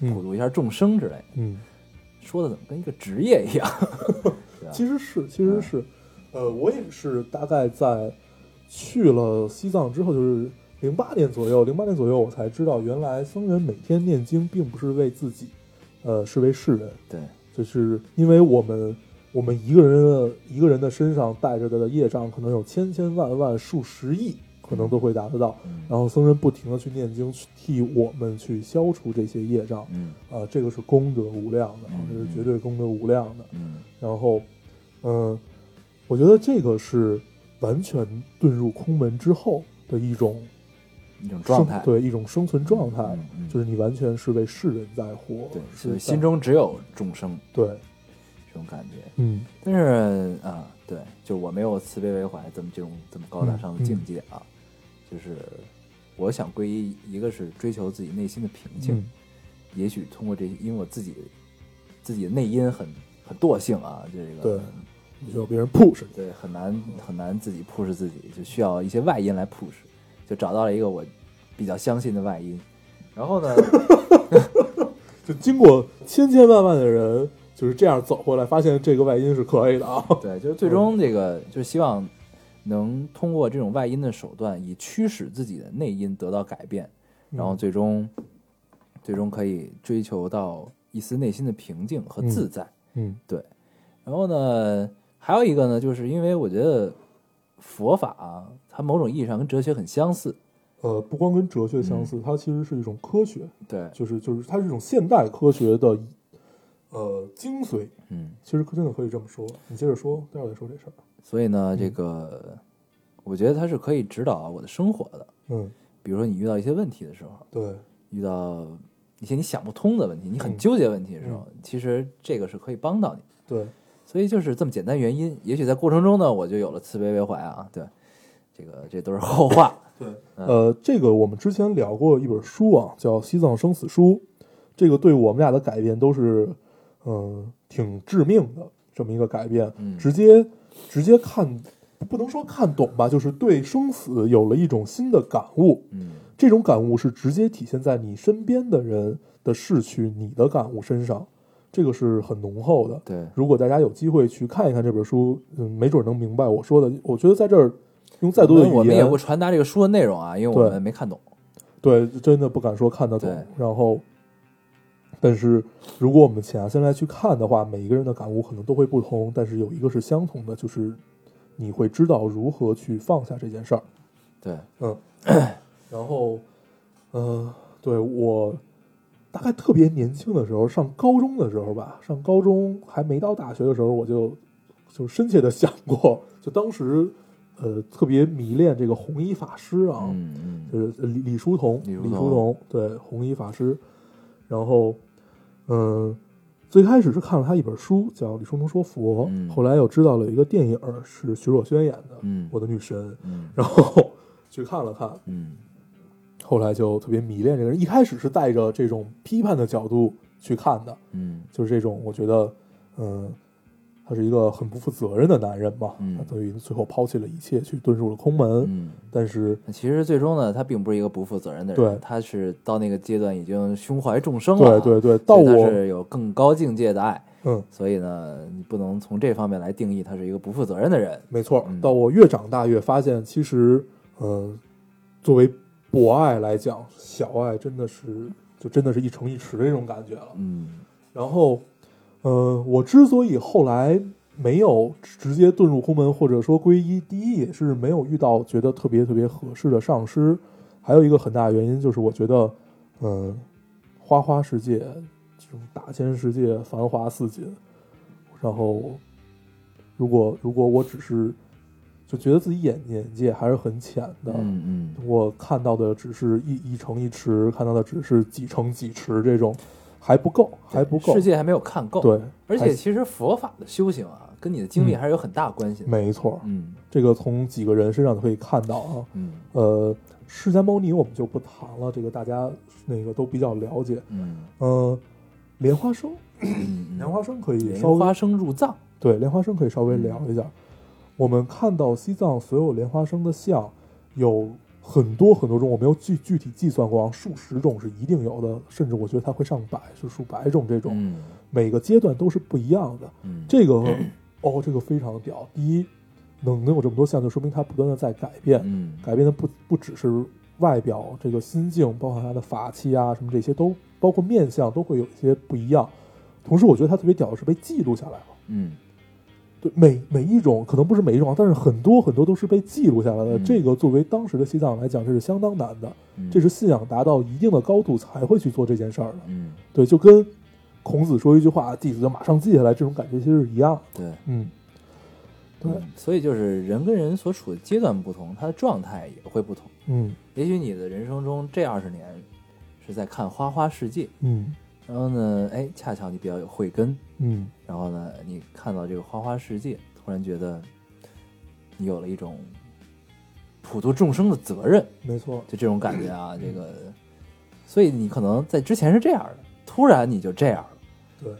Speaker 1: 普
Speaker 2: 嗯
Speaker 1: 度一下众生之类的。
Speaker 2: 嗯，
Speaker 1: 说的怎么跟一个职业一样？ 对吧
Speaker 2: 其实是，其实是，
Speaker 1: 嗯
Speaker 2: 呃，我也是大概在去了西藏之后，就是零八年左右，零八年左右我才知道，原来僧人每天念经并不是为自己，呃，是为世人。
Speaker 1: 对，
Speaker 2: 就是因为我们我们一个人的一个人的身上带着的业障，可能有千千万万、数十亿，可能都会达得到。
Speaker 1: 嗯
Speaker 2: 然后僧人不停的去念经，去替我们去消除这些业障，
Speaker 1: 嗯
Speaker 2: 啊、这个是功德无量的啊，
Speaker 1: 嗯
Speaker 2: 这是绝对功德无量的。
Speaker 1: 嗯
Speaker 2: 然后，嗯、我觉得这个是完全遁入空门之后的一种
Speaker 1: 一种
Speaker 2: 生
Speaker 1: 状态，
Speaker 2: 对一种生存状态，
Speaker 1: 嗯嗯
Speaker 2: 就是你完全是为世人在活，
Speaker 1: 对，
Speaker 2: 是
Speaker 1: 所以
Speaker 2: 在
Speaker 1: 心中只有众生
Speaker 2: 对，
Speaker 1: 这种感觉。
Speaker 2: 嗯
Speaker 1: 但是啊，对，就我没有慈悲为怀这么这种这么高大上的境界
Speaker 2: 嗯
Speaker 1: 啊，就是我想皈依，一个是追求自己内心的平静，
Speaker 2: 嗯
Speaker 1: 也许通过这，因为我自己自己的内因很很惰性啊，这个
Speaker 2: 对你需要别人 push 你。
Speaker 1: 对很难很难自己 push 自己，就需要一些外因来 push，就找到了一个我比较相信的外因，然后呢，
Speaker 2: 就经过千千万万的人，就是这样走过来，发现这个外因是可以的啊。
Speaker 1: 对，就是最终这个就是希望能通过这种外因的手段，以驱使自己的内因得到改变， 然
Speaker 2: 嗯
Speaker 1: 后最终最终可以追求到一丝内心的平静和自在。
Speaker 2: 嗯
Speaker 1: 对，然后呢，还有一个呢，就是因为我觉得佛法啊，它某种意义上跟哲学很相似。
Speaker 2: 呃，不光跟哲学相
Speaker 1: 嗯
Speaker 2: 似，它其实是一种科学，
Speaker 1: 对，
Speaker 2: 就是就是它是一种现代科学的呃精髓。
Speaker 1: 嗯，
Speaker 2: 其实真的可以这么说。你接着说，待会儿再说这事儿。
Speaker 1: 所以
Speaker 2: 嗯
Speaker 1: 呢，这个我觉得它是可以指导我的生活的。
Speaker 2: 嗯，
Speaker 1: 比如说你遇到一些问题的时候，
Speaker 2: 对，
Speaker 1: 遇到一些你想不通的问题，你很
Speaker 2: 嗯
Speaker 1: 纠结问题的时候，其实这个是可以帮到你。
Speaker 2: 对，
Speaker 1: 所以就是这么简单原因，也许在过程中呢，我就有了慈悲为怀啊，对，这个这都是 后话。
Speaker 2: 对，
Speaker 1: 嗯
Speaker 2: 呃，这个我们之前聊过一本书啊，叫《西藏生死书》，这个对我们俩的改变都是，嗯、挺致命的这么一个改变，
Speaker 1: 嗯
Speaker 2: 直接直接看，不能说看懂吧，就是对生死有了一种新的感悟。
Speaker 1: 嗯
Speaker 2: 这种感悟是直接体现在你身边的人的逝去、你的感悟身上，这个是很浓厚的，。
Speaker 1: 对，
Speaker 2: 如果大家有机会去看一看这本书，嗯，没准能明白我说的。我觉得在这儿用再多的语言，
Speaker 1: 我们也不传达这个书的内容啊，因为我
Speaker 2: 对
Speaker 1: 们没看懂。
Speaker 2: 对，真的不敢说看得懂
Speaker 1: 对。
Speaker 2: 然后，但是如果我们潜下心来去看的话，每一个人的感悟可能都会不同，但是有一个是相同的，就是你会知道如何去放下这件事儿。
Speaker 1: 对，
Speaker 2: 嗯，然后，嗯、对我大概特别年轻的时候，上高中的时候吧，上高中还没到大学的时候，我就就深切的想过，就当时呃特别迷恋这个弘一法师啊，
Speaker 1: 嗯嗯，
Speaker 2: 就是李李叔同，
Speaker 1: 李
Speaker 2: 李
Speaker 1: 叔同
Speaker 2: 叔同，对，弘一法师。然后，嗯，最开始是看了他一本书，叫《李叔同说佛》，
Speaker 1: 嗯
Speaker 2: 后来又知道了有一个电影是徐若瑄演的，
Speaker 1: 嗯
Speaker 2: 我的女神》，
Speaker 1: 嗯
Speaker 2: 然后去看了看，
Speaker 1: 嗯
Speaker 2: 后来就特别迷恋这个人。一开始是带着这种批判的角度去看的，
Speaker 1: 嗯
Speaker 2: 就是这种我觉得，嗯，他是一个很不负责任的男人嘛，
Speaker 1: 嗯
Speaker 2: 他等于最后抛弃了一切，去遁入了空门。
Speaker 1: 嗯。
Speaker 2: 但是
Speaker 1: 其实最终呢，他并不是一个不负责任的人，
Speaker 2: 对
Speaker 1: 他是到那个阶段已经胸怀众生了
Speaker 2: 对对
Speaker 1: 啊，
Speaker 2: 对，到
Speaker 1: 所以
Speaker 2: 我
Speaker 1: 他是有更高境界的爱，
Speaker 2: 嗯，
Speaker 1: 所以呢，你不能从这方面来定义他是一个不负责任的人。
Speaker 2: 没错
Speaker 1: 嗯，
Speaker 2: 到我越长大越发现，其实，呃，作为博爱来讲，小爱真的是就真的是一城一池的这种感觉了。
Speaker 1: 嗯
Speaker 2: 然后，呃，我之所以后来没有直接遁入空门，或者说皈依，第一也是没有遇到觉得特别特别合适的上师，还有一个很大的原因就是我觉得，嗯、花花世界这种大千世界繁华似锦，然后，如果如果我只是就觉得自己眼眼界还是很浅的，
Speaker 1: 嗯嗯，
Speaker 2: 我看到的只是一一城一池，看到的只是几城几池这种，还不够，还不够。
Speaker 1: 世界还没有看够。，
Speaker 2: 对，
Speaker 1: 而
Speaker 2: 还
Speaker 1: 且其实佛法的修行啊，跟你的经历
Speaker 2: 嗯
Speaker 1: 还是有很大关系的。
Speaker 2: 没错，
Speaker 1: 嗯
Speaker 2: 这个从几个人身上可以看到啊。
Speaker 1: 嗯
Speaker 2: 呃，释迦牟尼我们就不谈了，这个大家那个都比较了解。
Speaker 1: 嗯
Speaker 2: 呃，莲花 生，
Speaker 1: 嗯，
Speaker 2: 莲花生可以
Speaker 1: 莲
Speaker 2: 稍微
Speaker 1: 花生嗯入藏。
Speaker 2: 对，莲花生可以稍微聊一下。我们看到西藏所有莲花生的像，有很多很多种，我没有具具体计算过，啊，数十种是一定有的，甚至我觉得它会上百，是数百种这种。
Speaker 1: 嗯
Speaker 2: 每个阶段都是不一样的。
Speaker 1: 嗯，
Speaker 2: 这个哦，这个非常屌。第一，能能有这么多像，就说明它不断的在改变，
Speaker 1: 嗯
Speaker 2: 改变的不不只是外表，这个心境，包括它的法器啊什么这些都，包括面相都会有一些不一样。同时，我觉得它特别屌的是被记录下来了。
Speaker 1: 嗯
Speaker 2: 对，每每一种可能不是每一种啊，但是很多很多都是被记录下来的。
Speaker 1: 嗯
Speaker 2: 这个作为当时的西藏来讲，这是相当难的，
Speaker 1: 嗯，
Speaker 2: 这是信仰达到一定的高度才会去做这件事儿的。
Speaker 1: 嗯
Speaker 2: 对，就跟孔子说一句话，弟子就马上记下来，这种感觉其实是一样的。
Speaker 1: 对。
Speaker 2: 嗯，对，
Speaker 1: 嗯所以就是人跟人所处的阶段不同，他的状态也会不同。
Speaker 2: 嗯
Speaker 1: 也许你的人生中这二十年是在看花花世界，
Speaker 2: 嗯
Speaker 1: 然后呢，哎，恰巧你比较有慧根，
Speaker 2: 嗯，
Speaker 1: 然后呢，你看到这个花花世界，突然觉得你有了一种普度众生的责任，
Speaker 2: 没错，
Speaker 1: 就这种感觉啊，这个，所以你可能在之前是这样的，突然你就这样了，
Speaker 2: 对，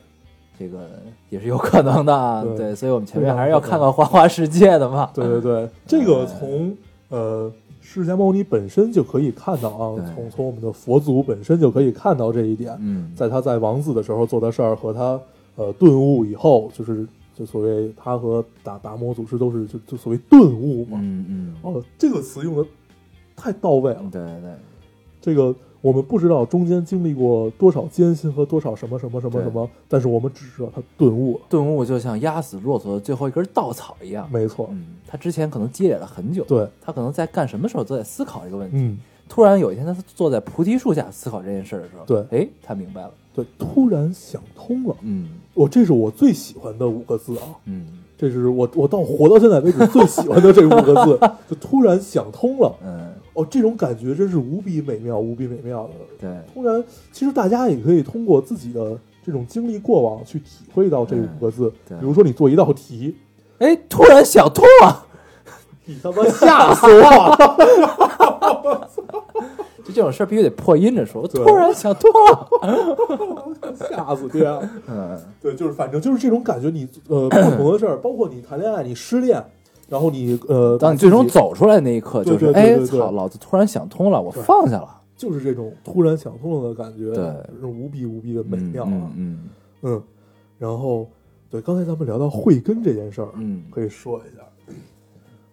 Speaker 1: 这个也是有可能的啊，
Speaker 2: 对
Speaker 1: 对，所以我们前
Speaker 2: 非
Speaker 1: 面
Speaker 2: 常
Speaker 1: 还是要看看花花世界的嘛，
Speaker 2: 对对对，这个从呃释迦牟尼本身就可以看到啊
Speaker 1: 对，
Speaker 2: 从从我们的佛祖本身就可以看到这一点。
Speaker 1: 嗯，
Speaker 2: 在他在王子的时候做的事儿和他呃顿悟以后，就是就所谓他和达达摩祖师都是就就所谓顿悟嘛。
Speaker 1: 嗯嗯，
Speaker 2: 哦，这个词用的太到位了。
Speaker 1: 对对对，
Speaker 2: 这个我们不知道中间经历过多少艰辛和多少什么什么什么什么，但是我们只知道他顿悟了。
Speaker 1: 顿悟就像压死骆驼的最后一根稻草一样，
Speaker 2: 没错，
Speaker 1: 嗯，他之前可能积累了很久，
Speaker 2: 对，
Speaker 1: 他可能在干什么时候都在思考这个问题。
Speaker 2: 嗯，
Speaker 1: 突然有一天，他坐在菩提树下思考这件事的时候，
Speaker 2: 对
Speaker 1: 哎，他明白了，
Speaker 2: 对，突然想通了。
Speaker 1: 嗯
Speaker 2: 我这是我最喜欢的五个字啊，
Speaker 1: 嗯
Speaker 2: 这是我我到活到现在为止最喜欢的这五个字，就突然想通了。
Speaker 1: 嗯，
Speaker 2: 哦，这种感觉真是无比美妙，无比美妙的。
Speaker 1: 对，
Speaker 2: 突然，其实大家也可以通过自己的这种经历过往去体会到这五个字。
Speaker 1: 嗯对
Speaker 2: 比如说，你做一道题，
Speaker 1: 哎，突然想通了，
Speaker 2: 你他妈 吓死我！了！
Speaker 1: 就这种事儿必须得破音着说。我
Speaker 2: 对
Speaker 1: 突然想通 了，
Speaker 2: 吓死爹！
Speaker 1: 嗯，
Speaker 2: 对，就是反正就是这种感觉你，呃不同的事儿，包括你谈恋爱，你失恋，然后你呃，
Speaker 1: 当你
Speaker 2: 把自己
Speaker 1: 最终走出来那一刻，
Speaker 2: 对
Speaker 1: 就是
Speaker 2: 对对
Speaker 1: 哎，
Speaker 2: 对对
Speaker 1: 操，老子突然想通了，我
Speaker 2: 对
Speaker 1: 放下了。
Speaker 2: 就是这种突然想通了的感觉，
Speaker 1: 对，
Speaker 2: 是无比无比的美
Speaker 1: 嗯
Speaker 2: 妙啊。
Speaker 1: 嗯嗯
Speaker 2: 嗯，然后对，刚才咱们聊到慧根这件事儿，
Speaker 1: 嗯，
Speaker 2: 可以说一下。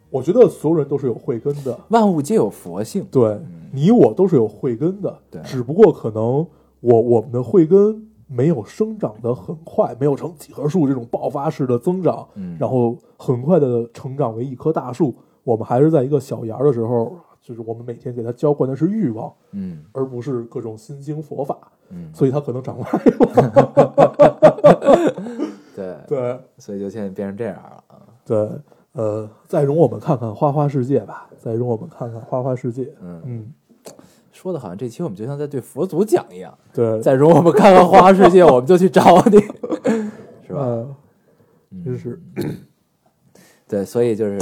Speaker 2: 我觉得所有人都是有慧根的，
Speaker 1: 万物皆有佛性。
Speaker 2: 对你我都是有慧根的，
Speaker 1: 嗯对
Speaker 2: 只不过可能我我们的慧根没有生长得很快，没有成几何树这种爆发式的增长，
Speaker 1: 嗯
Speaker 2: 然后很快的成长为一棵大树。我们还是在一个小芽儿的时候，就是我们每天给它浇灌的是欲望，
Speaker 1: 嗯
Speaker 2: 而不是各种心经佛法，
Speaker 1: 嗯，
Speaker 2: 所以它可能长歪了。
Speaker 1: 对，
Speaker 2: 对
Speaker 1: 所以就现在变成这样了啊。
Speaker 2: 对，呃，再容我们看看花花世界吧，再容我们看看花花世界。
Speaker 1: 嗯，
Speaker 2: 嗯，
Speaker 1: 说的好像这期我们就像在对佛祖讲一样。
Speaker 2: 对，
Speaker 1: 再容我们看看花花世界，我们就去找你，是吧？
Speaker 2: 嗯，真 是，
Speaker 1: 对，所以就是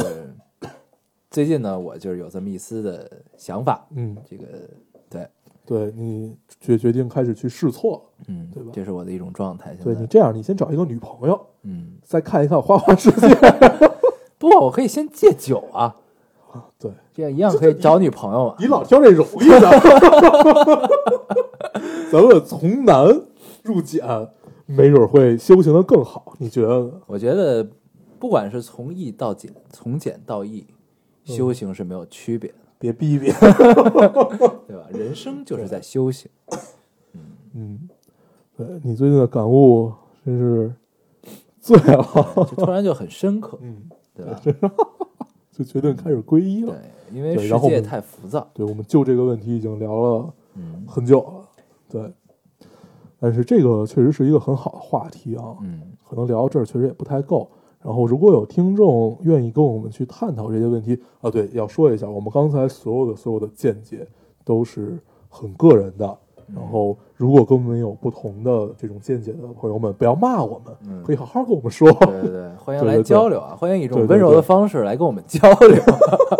Speaker 1: 最近呢，我就是有这么一丝的想法，
Speaker 2: 嗯，
Speaker 1: 这个对，
Speaker 2: 对你决决定开始去试错了。
Speaker 1: 嗯，
Speaker 2: 对吧
Speaker 1: 这是我的一种状态。现
Speaker 2: 对你
Speaker 1: 在，
Speaker 2: 这样，你先找一个女朋友，
Speaker 1: 嗯，
Speaker 2: 再看一看花花世界。
Speaker 1: 不过我可以先戒酒啊，
Speaker 2: 对
Speaker 1: 这样一样可以找女朋友嘛。
Speaker 2: 你老挑这容易的， 咱们从难入简，没准会修行的更好。你觉得呢？
Speaker 1: 我觉得不管是从易到简，从简到易，
Speaker 2: 嗯
Speaker 1: 修行是没有区别的，
Speaker 2: 别逼逼。
Speaker 1: 对吧？人生就是在修行。
Speaker 2: 嗯，对你最近的感悟真是醉了。
Speaker 1: 就突然就很深刻，
Speaker 2: 嗯，
Speaker 1: 对吧？
Speaker 2: 就决定开始皈依了。
Speaker 1: 对，因为
Speaker 2: 对
Speaker 1: 世
Speaker 2: 然后我
Speaker 1: 界
Speaker 2: 们
Speaker 1: 太浮躁，
Speaker 2: 对，我们就这个问题已经聊了
Speaker 1: 嗯
Speaker 2: 很久了。对，但是这个确实是一个很好的话题啊。
Speaker 1: 嗯
Speaker 2: 可能聊到这儿确实也不太够。然后，如果有听众愿意跟我们去探讨这些问题啊，对，要说一下，我们刚才所有的所有的见解都是很个人的。然后，如果跟我们有不同的这种见解的朋友们，不要骂我们，
Speaker 1: 嗯
Speaker 2: 可以好好跟我们说。
Speaker 1: 对对对，欢迎来交流啊！欢迎以一
Speaker 2: 对对
Speaker 1: 种温柔
Speaker 2: 对
Speaker 1: 的方式来跟我们交流，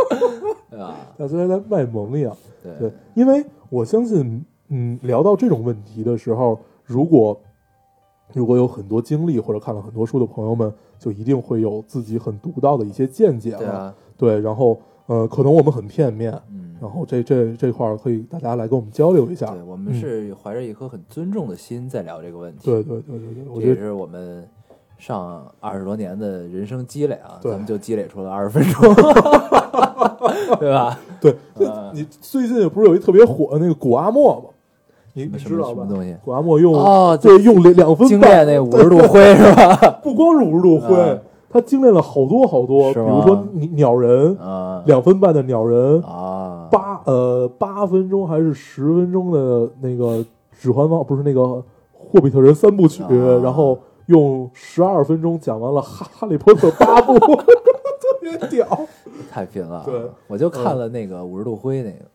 Speaker 1: 对吧？
Speaker 2: 大家在卖萌一样，对
Speaker 1: 对，，
Speaker 2: 因为我相信，嗯，聊到这种问题的时候，如果如果有很多经历或者看了很多书的朋友们，就一定会有自己很独到的一些见解
Speaker 1: 对
Speaker 2: 了。
Speaker 1: 啊，
Speaker 2: 对，然后呃，可能我们很片面，
Speaker 1: 嗯，
Speaker 2: 然后这这这块儿可以大家来跟我们交流一下。
Speaker 1: 对，我们是怀着一颗很尊重的心在聊这个问题，
Speaker 2: 嗯对对对对对，我
Speaker 1: 这
Speaker 2: 觉
Speaker 1: 也
Speaker 2: 得
Speaker 1: 是我们上二十多年的人生积累啊，
Speaker 2: 对
Speaker 1: 咱们就积累出了二十分钟， 对吧？
Speaker 2: 对。
Speaker 1: 嗯
Speaker 2: 你最近不是有一特别火的那个古阿莫吗？你
Speaker 1: 什
Speaker 2: 你
Speaker 1: 么
Speaker 2: 知道
Speaker 1: 什么
Speaker 2: 吧？
Speaker 1: 东西
Speaker 2: 古阿莫用
Speaker 1: 哦
Speaker 2: 对，用两两分
Speaker 1: 经
Speaker 2: 半
Speaker 1: 典那五十度灰是吧？
Speaker 2: 不光是五十度灰，
Speaker 1: 啊
Speaker 2: 他经历了好多好多，比
Speaker 1: 是吗
Speaker 2: 如说你鸟人、
Speaker 1: 啊
Speaker 2: 两分半的鸟人，
Speaker 1: 啊，
Speaker 2: 八呃八分钟还是十分钟的那个《指环王》，不是那个《霍比特人》三部曲，
Speaker 1: 啊
Speaker 2: 然后用十二分钟讲完了《哈利波特》八部， 特别屌。
Speaker 1: 太拼了啊！
Speaker 2: 对嗯
Speaker 1: 我就看了那个五十度灰那个，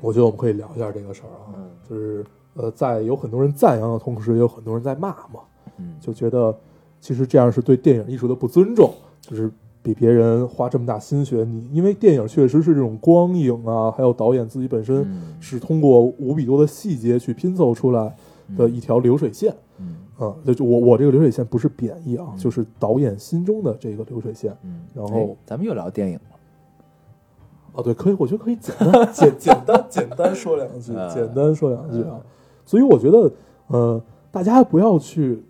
Speaker 2: 我觉得我们可以聊一下这个事儿啊，
Speaker 1: 嗯
Speaker 2: 就是呃，在有很多人赞扬的同时，也有很多人在骂嘛，
Speaker 1: 嗯，
Speaker 2: 就觉得其实这样是对电影艺术的不尊重，就是比别人花这么大心血，你因为电影确实是这种光影啊，还有导演自己本身
Speaker 1: 嗯
Speaker 2: 是通过无比多的细节去拼凑出来的一条流水线
Speaker 1: 嗯
Speaker 2: 啊，就就我我这个流水线不是贬义啊，
Speaker 1: 嗯
Speaker 2: 就是导演心中的这个流水线
Speaker 1: 嗯，
Speaker 2: 然后
Speaker 1: 哎咱们又聊电影了，
Speaker 2: 啊，对，可以，我觉得可以简 单简简单简单说两句，
Speaker 1: 呃
Speaker 2: 简单说两句啊，
Speaker 1: 嗯
Speaker 2: 所以我觉得呃，大家不要去，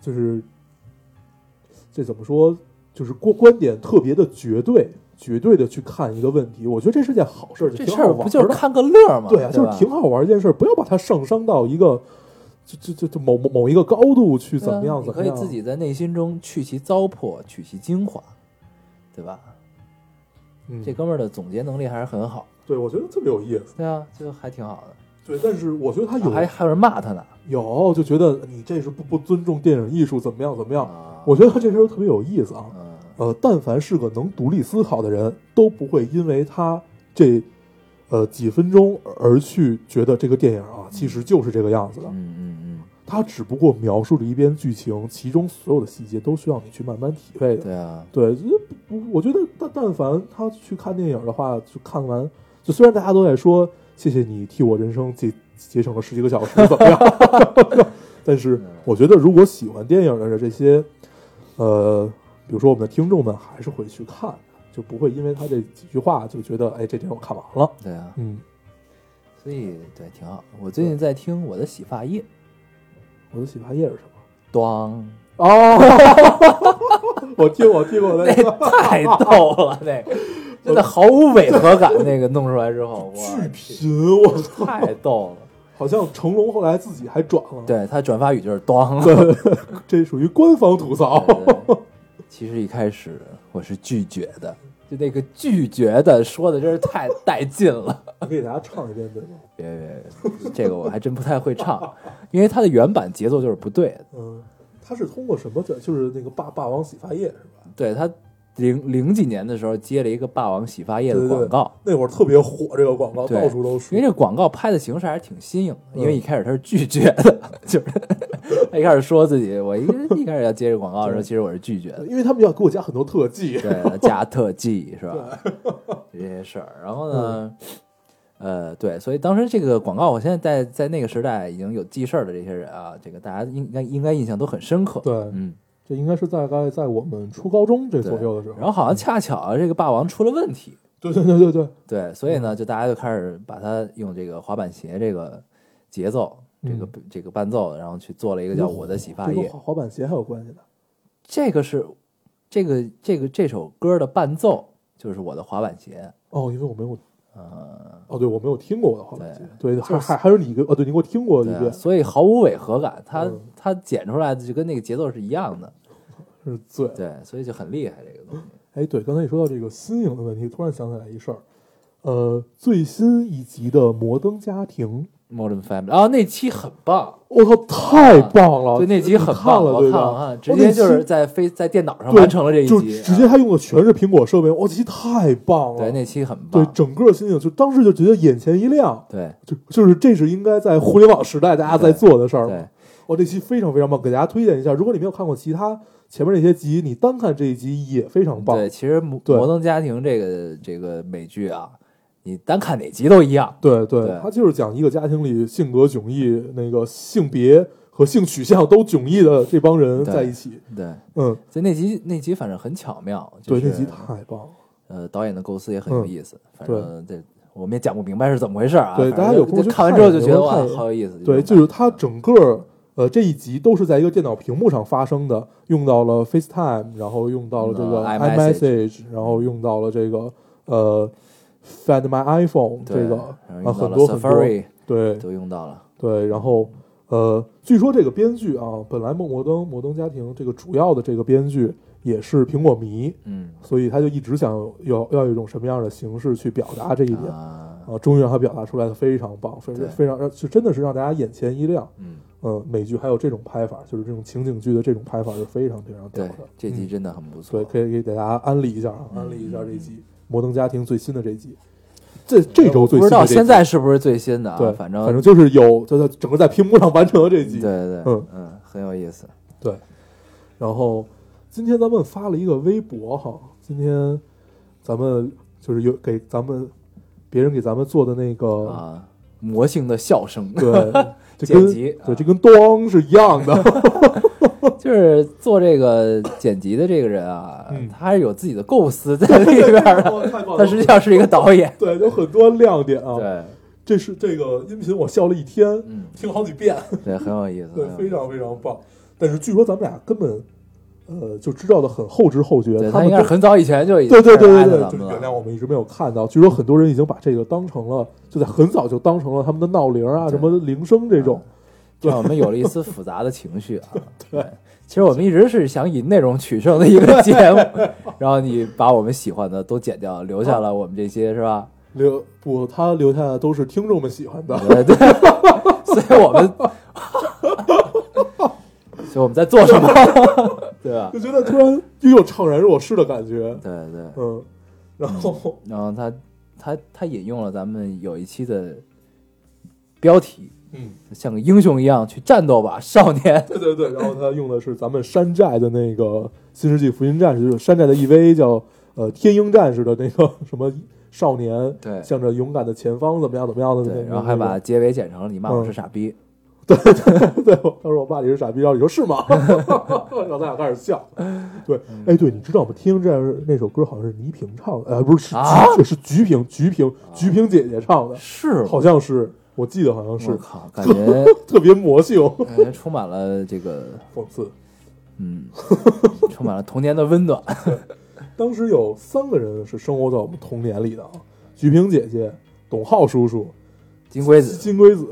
Speaker 2: 就是这怎么说，就是观观点特别的绝对。绝对的去看一个问题，我觉得这是件好事儿，就
Speaker 1: 这
Speaker 2: 挺
Speaker 1: 事
Speaker 2: 好
Speaker 1: 儿
Speaker 2: 玩
Speaker 1: 不就是
Speaker 2: 的
Speaker 1: 看个乐儿吗？
Speaker 2: 对啊，就是
Speaker 1: 吧
Speaker 2: 挺好玩一件事儿，不要把它上升到一个就就就就某某某一个高度去
Speaker 1: 对
Speaker 2: 怎
Speaker 1: 啊
Speaker 2: 么样
Speaker 1: 你
Speaker 2: 怎
Speaker 1: 可
Speaker 2: 么
Speaker 1: 以
Speaker 2: 样。
Speaker 1: 自己在内心中去其糟粕，取其精华，对吧？
Speaker 2: 嗯
Speaker 1: 这哥们儿的总结能力还是很好，
Speaker 2: 对我觉得特别有意思。
Speaker 1: 对啊，就还挺好的。
Speaker 2: 对，但是我觉得他有、
Speaker 1: 啊还还有人骂他呢，
Speaker 2: 有就觉得你这是不不尊重电影艺术怎么样怎么样。
Speaker 1: 啊
Speaker 2: 我觉得他这事儿特别有意思啊。
Speaker 1: 嗯
Speaker 2: 呃，但凡是个能独立思考的人，都不会因为他这呃几分钟而去觉得这个电影啊其实就是这个样子的。
Speaker 1: 嗯嗯
Speaker 2: 它只不过描述了一遍剧情，其中所有的细节都需要你去慢慢体会的。
Speaker 1: 对啊，
Speaker 2: 对，这不，我觉得但但凡他去看电影的话，就看完，就虽然大家都在说谢谢你替我人生节节省了十几个小时，怎么样？ 但是我觉得如果喜欢电影的这些，呃，比如说我们的听众们，还是会去看，就不会因为他这几句话就觉得，哎，这电影我看完了。
Speaker 1: 对啊，
Speaker 2: 嗯，
Speaker 1: 所以对挺好。我最近在听我的洗发液，
Speaker 2: 我的洗发液是什么？
Speaker 1: 咣，
Speaker 2: 哦，我听我听过那
Speaker 1: 那
Speaker 2: 个，
Speaker 1: 哎太逗了，那个真的毫无违和感，那个弄出来之后，
Speaker 2: 巨
Speaker 1: 哇，
Speaker 2: 贫，我操！
Speaker 1: 太 逗了。
Speaker 2: 好像成龙后来自己还转了，
Speaker 1: 对他转发语就是咣。
Speaker 2: 这属于官方吐槽。
Speaker 1: 对对 其实一开始我是拒绝的，就那个拒绝的说的真是太带 劲了。
Speaker 2: 你 给大家唱一遍对吗？
Speaker 1: 别别别，这个我还真不太会唱，因为它的原版节奏就是不对的。
Speaker 2: 嗯，他是通过什么转？就是那个霸霸王洗发液是吧？
Speaker 1: 对他零零几年的时候接了一个霸王洗发液的
Speaker 2: 对对
Speaker 1: 广告，
Speaker 2: 那会儿特别火，这个广告
Speaker 1: 对
Speaker 2: 到处都是
Speaker 1: 因为。这广告拍的形式还是挺新颖的，
Speaker 2: 嗯
Speaker 1: 因为一开始他是拒绝的，就是 他一开始说自己，我一一开始要接这广告的时候，
Speaker 2: 对
Speaker 1: 其实我是拒绝的。
Speaker 2: 因为他们要给我加很多特技，
Speaker 1: 对，加特技是吧？这些事儿。然后呢，
Speaker 2: 嗯
Speaker 1: 呃，对，所以当时这个广告，我现在在在那个时代已经有记事儿的这些人啊，这个大家应该应该印象都很深刻。
Speaker 2: 对
Speaker 1: 嗯，
Speaker 2: 这应该是大概在我们初高中这
Speaker 1: 对
Speaker 2: 左右的时候。
Speaker 1: 然后好像恰巧啊这个霸王出了问题，
Speaker 2: 对对对对对，
Speaker 1: 对，所以呢，就大家就开始把它用这个滑板鞋这个节奏。这
Speaker 2: 嗯
Speaker 1: 个这个伴奏，然后去做了一个叫《我的洗发
Speaker 2: 这
Speaker 1: 液
Speaker 2: 跟》，滑滑板鞋还有关系呢。
Speaker 1: 这个是这个这个这首歌的伴奏，就是我的滑板鞋。
Speaker 2: 哦，因为我没有，
Speaker 1: 呃，
Speaker 2: 哦，对我没有听过我的滑板鞋。对，还
Speaker 1: 就是
Speaker 2: 还还有你一个，哦，对你给我听过一
Speaker 1: 对、啊，
Speaker 2: 遍，
Speaker 1: 所以毫无违和感，它、
Speaker 2: 嗯
Speaker 1: 它剪出来的就跟那个节奏是一样的，
Speaker 2: 是醉了。
Speaker 1: 对，所以就很厉害这个东西。
Speaker 2: 哎，对，刚才你说到这个新颖的问题，突然想起来一事儿，呃，最新一集的《摩登家庭
Speaker 1: Modern Family 啊，那期很棒，》，
Speaker 2: 我靠，太棒了！
Speaker 1: 啊对，那集
Speaker 2: 哦你
Speaker 1: 很
Speaker 2: 看
Speaker 1: 棒，
Speaker 2: 了
Speaker 1: 我
Speaker 2: 对
Speaker 1: 看
Speaker 2: 吧？
Speaker 1: 了啊，
Speaker 2: 哦
Speaker 1: 直接就
Speaker 2: 那
Speaker 1: 是
Speaker 2: 期
Speaker 1: 在飞在电脑上
Speaker 2: 对
Speaker 1: 完成了这一
Speaker 2: 就
Speaker 1: 集，
Speaker 2: 直接他用的全是苹果设备，我这集太棒了！
Speaker 1: 啊对，那期很
Speaker 2: 对
Speaker 1: 棒，
Speaker 2: 整个新颖，就当时就觉得眼前一亮，
Speaker 1: 对
Speaker 2: 就就是这是应该在互联网时代大家在做的事儿嘛
Speaker 1: 对。
Speaker 2: 哦，这期非常非常棒，给大家推荐一下。如果你没有看过其他前面那些集，你单看这一集也非常棒。
Speaker 1: 对，其实摩
Speaker 2: 对
Speaker 1: 摩登家庭这个这个美剧啊，你单看哪集都一样，
Speaker 2: 对对
Speaker 1: 对
Speaker 2: 他就是讲一个家庭里性格迥异、那个性别和性取向都迥异的这帮人
Speaker 1: 对
Speaker 2: 在一起。
Speaker 1: 对，
Speaker 2: 嗯，
Speaker 1: 所以那集那集反正很巧妙，就
Speaker 2: 对，
Speaker 1: 是
Speaker 2: 那集太棒了。
Speaker 1: 呃，导演的构思也很有意思，反
Speaker 2: 嗯对
Speaker 1: 正这我们也讲不明白是怎么回事啊。
Speaker 2: 对
Speaker 1: 反正
Speaker 2: 大家有空
Speaker 1: 就
Speaker 2: 去
Speaker 1: 看完
Speaker 2: 看
Speaker 1: 之后
Speaker 2: 一
Speaker 1: 就
Speaker 2: 下
Speaker 1: 觉
Speaker 2: 有空
Speaker 1: 得哇，
Speaker 2: 看一下
Speaker 1: 好有意思。
Speaker 2: 对，就
Speaker 1: 这种
Speaker 2: 是它整个呃这一集都是在一个电脑屏幕上发生的，用到了 FaceTime，然后用到了这个
Speaker 1: 嗯，iMessage
Speaker 2: iMessage，然后用到了这个呃 Find My iPhone
Speaker 1: 感觉
Speaker 2: 这个
Speaker 1: 对然
Speaker 2: 啊
Speaker 1: 后
Speaker 2: 很
Speaker 1: 用到
Speaker 2: 多
Speaker 1: 了
Speaker 2: 很多
Speaker 1: Safari
Speaker 2: 对
Speaker 1: 都用到了，
Speaker 2: 对，然后呃，据说这个编剧啊，本来《摩登摩登家庭》这个主要的这个编剧也是苹果迷，
Speaker 1: 嗯
Speaker 2: 所以他就一直想有要有一种什么样的形式去表达这一点
Speaker 1: 啊，
Speaker 2: 啊，终于让他表达出来的非常棒，非
Speaker 1: 对
Speaker 2: 非常让就真的是让大家眼前一亮。
Speaker 1: 嗯，
Speaker 2: 嗯，美剧还有这种拍法，就是这种情景剧的这种拍法是非常非常屌
Speaker 1: 对
Speaker 2: 的。，
Speaker 1: 这集
Speaker 2: 嗯
Speaker 1: 真的很不
Speaker 2: 对，
Speaker 1: 错。
Speaker 2: 可以给大家安利一下啊，
Speaker 1: 嗯
Speaker 2: 安利一下这集《摩登家庭》最新的这集，这这周最
Speaker 1: 不
Speaker 2: 新的这集
Speaker 1: 知道现在是不是最新的啊
Speaker 2: 对，，
Speaker 1: 反
Speaker 2: 正
Speaker 1: 正
Speaker 2: 反就是有就在整个在屏幕上完成的这集。
Speaker 1: 对对
Speaker 2: 嗯
Speaker 1: 嗯，很有意思。
Speaker 2: 对，然后今天咱们发了一个微博哈，今天咱们就是有给咱们别人给咱们做的那个、
Speaker 1: 啊，魔性的笑声，
Speaker 2: 对，这
Speaker 1: 剪
Speaker 2: 跟
Speaker 1: 辑啊
Speaker 2: 对这跟咚是一样的，
Speaker 1: 就是做这个剪辑的这个人啊
Speaker 2: 嗯，
Speaker 1: 他是有自己的构思在里 边的，
Speaker 2: 太棒了
Speaker 1: 他实际上是一个导演。
Speaker 2: 对，有很多亮点啊。
Speaker 1: 对，
Speaker 2: 这是这个音频，我笑了一天，
Speaker 1: 嗯，
Speaker 2: 听好几遍，
Speaker 1: 对，很有意思。
Speaker 2: 对
Speaker 1: 很，有
Speaker 2: 非
Speaker 1: 意思
Speaker 2: 常非常棒。但是据说咱们俩根本，呃，就知道的很后知后觉，
Speaker 1: 对
Speaker 2: 他
Speaker 1: 他
Speaker 2: 们
Speaker 1: 应该
Speaker 2: 都
Speaker 1: 是很早以前就已经
Speaker 2: 对对对对
Speaker 1: 开始
Speaker 2: 对，
Speaker 1: 艾特
Speaker 2: 就
Speaker 1: 咱们
Speaker 2: 原
Speaker 1: 了
Speaker 2: 谅我们一直没有看到。据说很多人已经把这个当成了，就在很早就当成了他们的闹铃啊、
Speaker 1: 对
Speaker 2: 什么铃声这种。
Speaker 1: 让我们有了一丝复杂的情绪 啊。对，其实我们一直是想以内容取胜的 一个节目，然后你把我们喜欢的都剪掉，留下了我们这些是吧？
Speaker 2: 留不，他留下的都是听众们喜欢的。
Speaker 1: 对 对，所以我们，所以我们在做什么？ 对吧
Speaker 2: 就？觉得突然又有怅然若失的感觉。
Speaker 1: 对对，
Speaker 2: 嗯，然后
Speaker 1: 然后他他他引用了咱们有一期的标题，
Speaker 2: 嗯，
Speaker 1: 像个英雄一样去战斗吧，少年。
Speaker 2: 对对对，然后他用的是咱们山寨的那个《新世纪福音战士》，就是山寨的 EVA 叫呃天鹰战士的那个什么少年，
Speaker 1: 对
Speaker 2: 向着勇敢的前方怎么样怎么样的那
Speaker 1: 对，
Speaker 2: 个，
Speaker 1: 然后还把结尾剪成了你骂我
Speaker 2: 嗯
Speaker 1: 是傻逼，
Speaker 2: 对，我当时我爸你是傻逼，然后你说是吗？ 然后咱俩开始笑。对，哎，对，你知道吗？听这那首歌好像是倪萍唱的，呃，不是，是
Speaker 1: 啊
Speaker 2: 菊是菊萍，菊萍，菊萍姐姐唱的，
Speaker 1: 是吗
Speaker 2: 好像是，我记得好像
Speaker 1: 我
Speaker 2: 是，
Speaker 1: 靠，感觉
Speaker 2: 特别魔性，
Speaker 1: 感觉充满了这个，
Speaker 2: 讽刺。
Speaker 1: 嗯，充满了童年的温暖。
Speaker 2: 当时有三个人是生活在我们童年里的啊，菊萍姐姐、董浩叔叔、
Speaker 1: 金龟子，嗯
Speaker 2: 金龟子。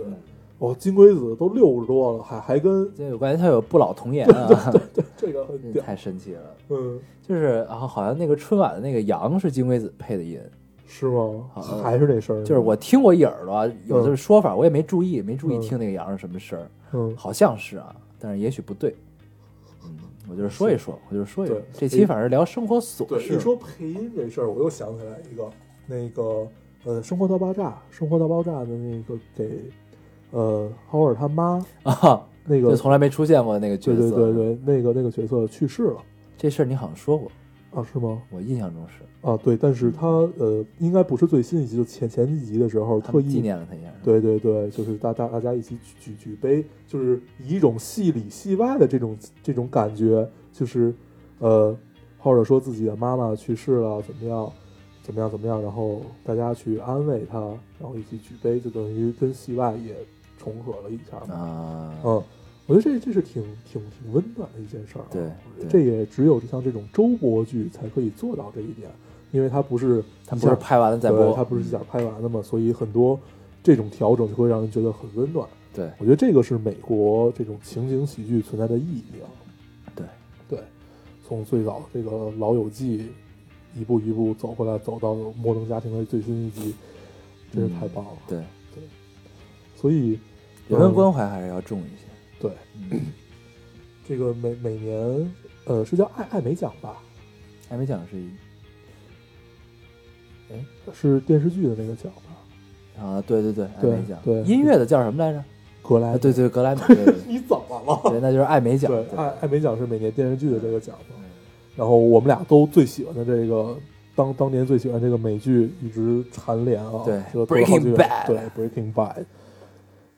Speaker 2: 哦，金龟子都六十多了，还还跟
Speaker 1: 这我感觉他有不老童颜啊，
Speaker 2: 这个很
Speaker 1: 这
Speaker 2: 屌，
Speaker 1: 太神奇了。
Speaker 2: 嗯，
Speaker 1: 就是啊，好像那个春晚的那个羊是金龟子配的音，
Speaker 2: 是吗
Speaker 1: 好？像
Speaker 2: 还是那声儿，
Speaker 1: 就是我听过一耳朵啊有这个说法，我也没注意，没注意
Speaker 2: 嗯
Speaker 1: 听那个羊是什么声儿，
Speaker 2: 嗯，
Speaker 1: 好像是啊，但是也许不对。嗯，我就是说一说，我就是说一说
Speaker 2: 对。哎
Speaker 1: 这期反正聊生活琐
Speaker 2: 对，
Speaker 1: 事
Speaker 2: 一，说配音这事儿，我又想起来一个，那个呃，《生活大爆炸》《生活大爆炸》的那个给呃豪尔他妈
Speaker 1: 啊，
Speaker 2: 那
Speaker 1: 就
Speaker 2: 个，
Speaker 1: 从来没出现过那个角
Speaker 2: 对对
Speaker 1: 色。
Speaker 2: 对对，那个那个角色去世了
Speaker 1: 这事儿你好像说过，
Speaker 2: 啊，是吗？
Speaker 1: 我印象中是
Speaker 2: 啊，对，但是他呃，应该不是最新一集，就前前几集的时候
Speaker 1: 他
Speaker 2: 特
Speaker 1: 们纪
Speaker 2: 意。
Speaker 1: 念了他一下。
Speaker 2: 对对对，就是大大大家一起举举举杯，就是以一种戏里戏外的这种这种感觉，就是呃，或者说自己的妈妈去世了，怎么样，怎么样怎么样，然后大家去安慰她，然后一起举杯，就等于跟戏外也重合了一下嘛。
Speaker 1: 啊，
Speaker 2: 嗯，我觉得这这是挺挺挺温暖的一件事儿、啊。
Speaker 1: 对，对
Speaker 2: 这也只有像这种周播剧才可以做到这一点，因为它不是
Speaker 1: 他
Speaker 2: 一
Speaker 1: 不是
Speaker 2: 下
Speaker 1: 拍完了再
Speaker 2: 对，
Speaker 1: 播，
Speaker 2: 它不是一下拍完的嘛，所以很多这种调整就会让人觉得很温暖。
Speaker 1: 对
Speaker 2: 我觉得这个是美国这种情景喜剧存在的意义啊。
Speaker 1: 对
Speaker 2: 对，从最早这个《老友记》一步一步走回来，走到《摩登家庭》的最新一集，真是太棒了。
Speaker 1: 对，
Speaker 2: 所以
Speaker 1: 人文
Speaker 2: 嗯
Speaker 1: 关怀还是要重一些。
Speaker 2: 对
Speaker 1: 嗯，
Speaker 2: 这个每每年呃是叫艾艾美奖吧，
Speaker 1: 艾美奖是一
Speaker 2: 是电视剧的那个奖吧？
Speaker 1: 啊，对对对，艾
Speaker 2: 对
Speaker 1: 美奖，
Speaker 2: 对
Speaker 1: 音乐的叫什么来着？
Speaker 2: 格莱
Speaker 1: 啊，
Speaker 2: 美
Speaker 1: 对，对，格莱美，对对
Speaker 2: 你怎么了？
Speaker 1: 对，那就是艾美奖，
Speaker 2: 对，
Speaker 1: 对
Speaker 2: 艾艾美奖是每年电视剧的这个奖嘛。然后我们俩都最喜欢的这个，当当年最喜欢这个美剧一直蝉联啊，
Speaker 1: 对
Speaker 2: 这个多了好几
Speaker 1: Breaking
Speaker 2: 个
Speaker 1: Bad
Speaker 2: 对 Breaking Bad。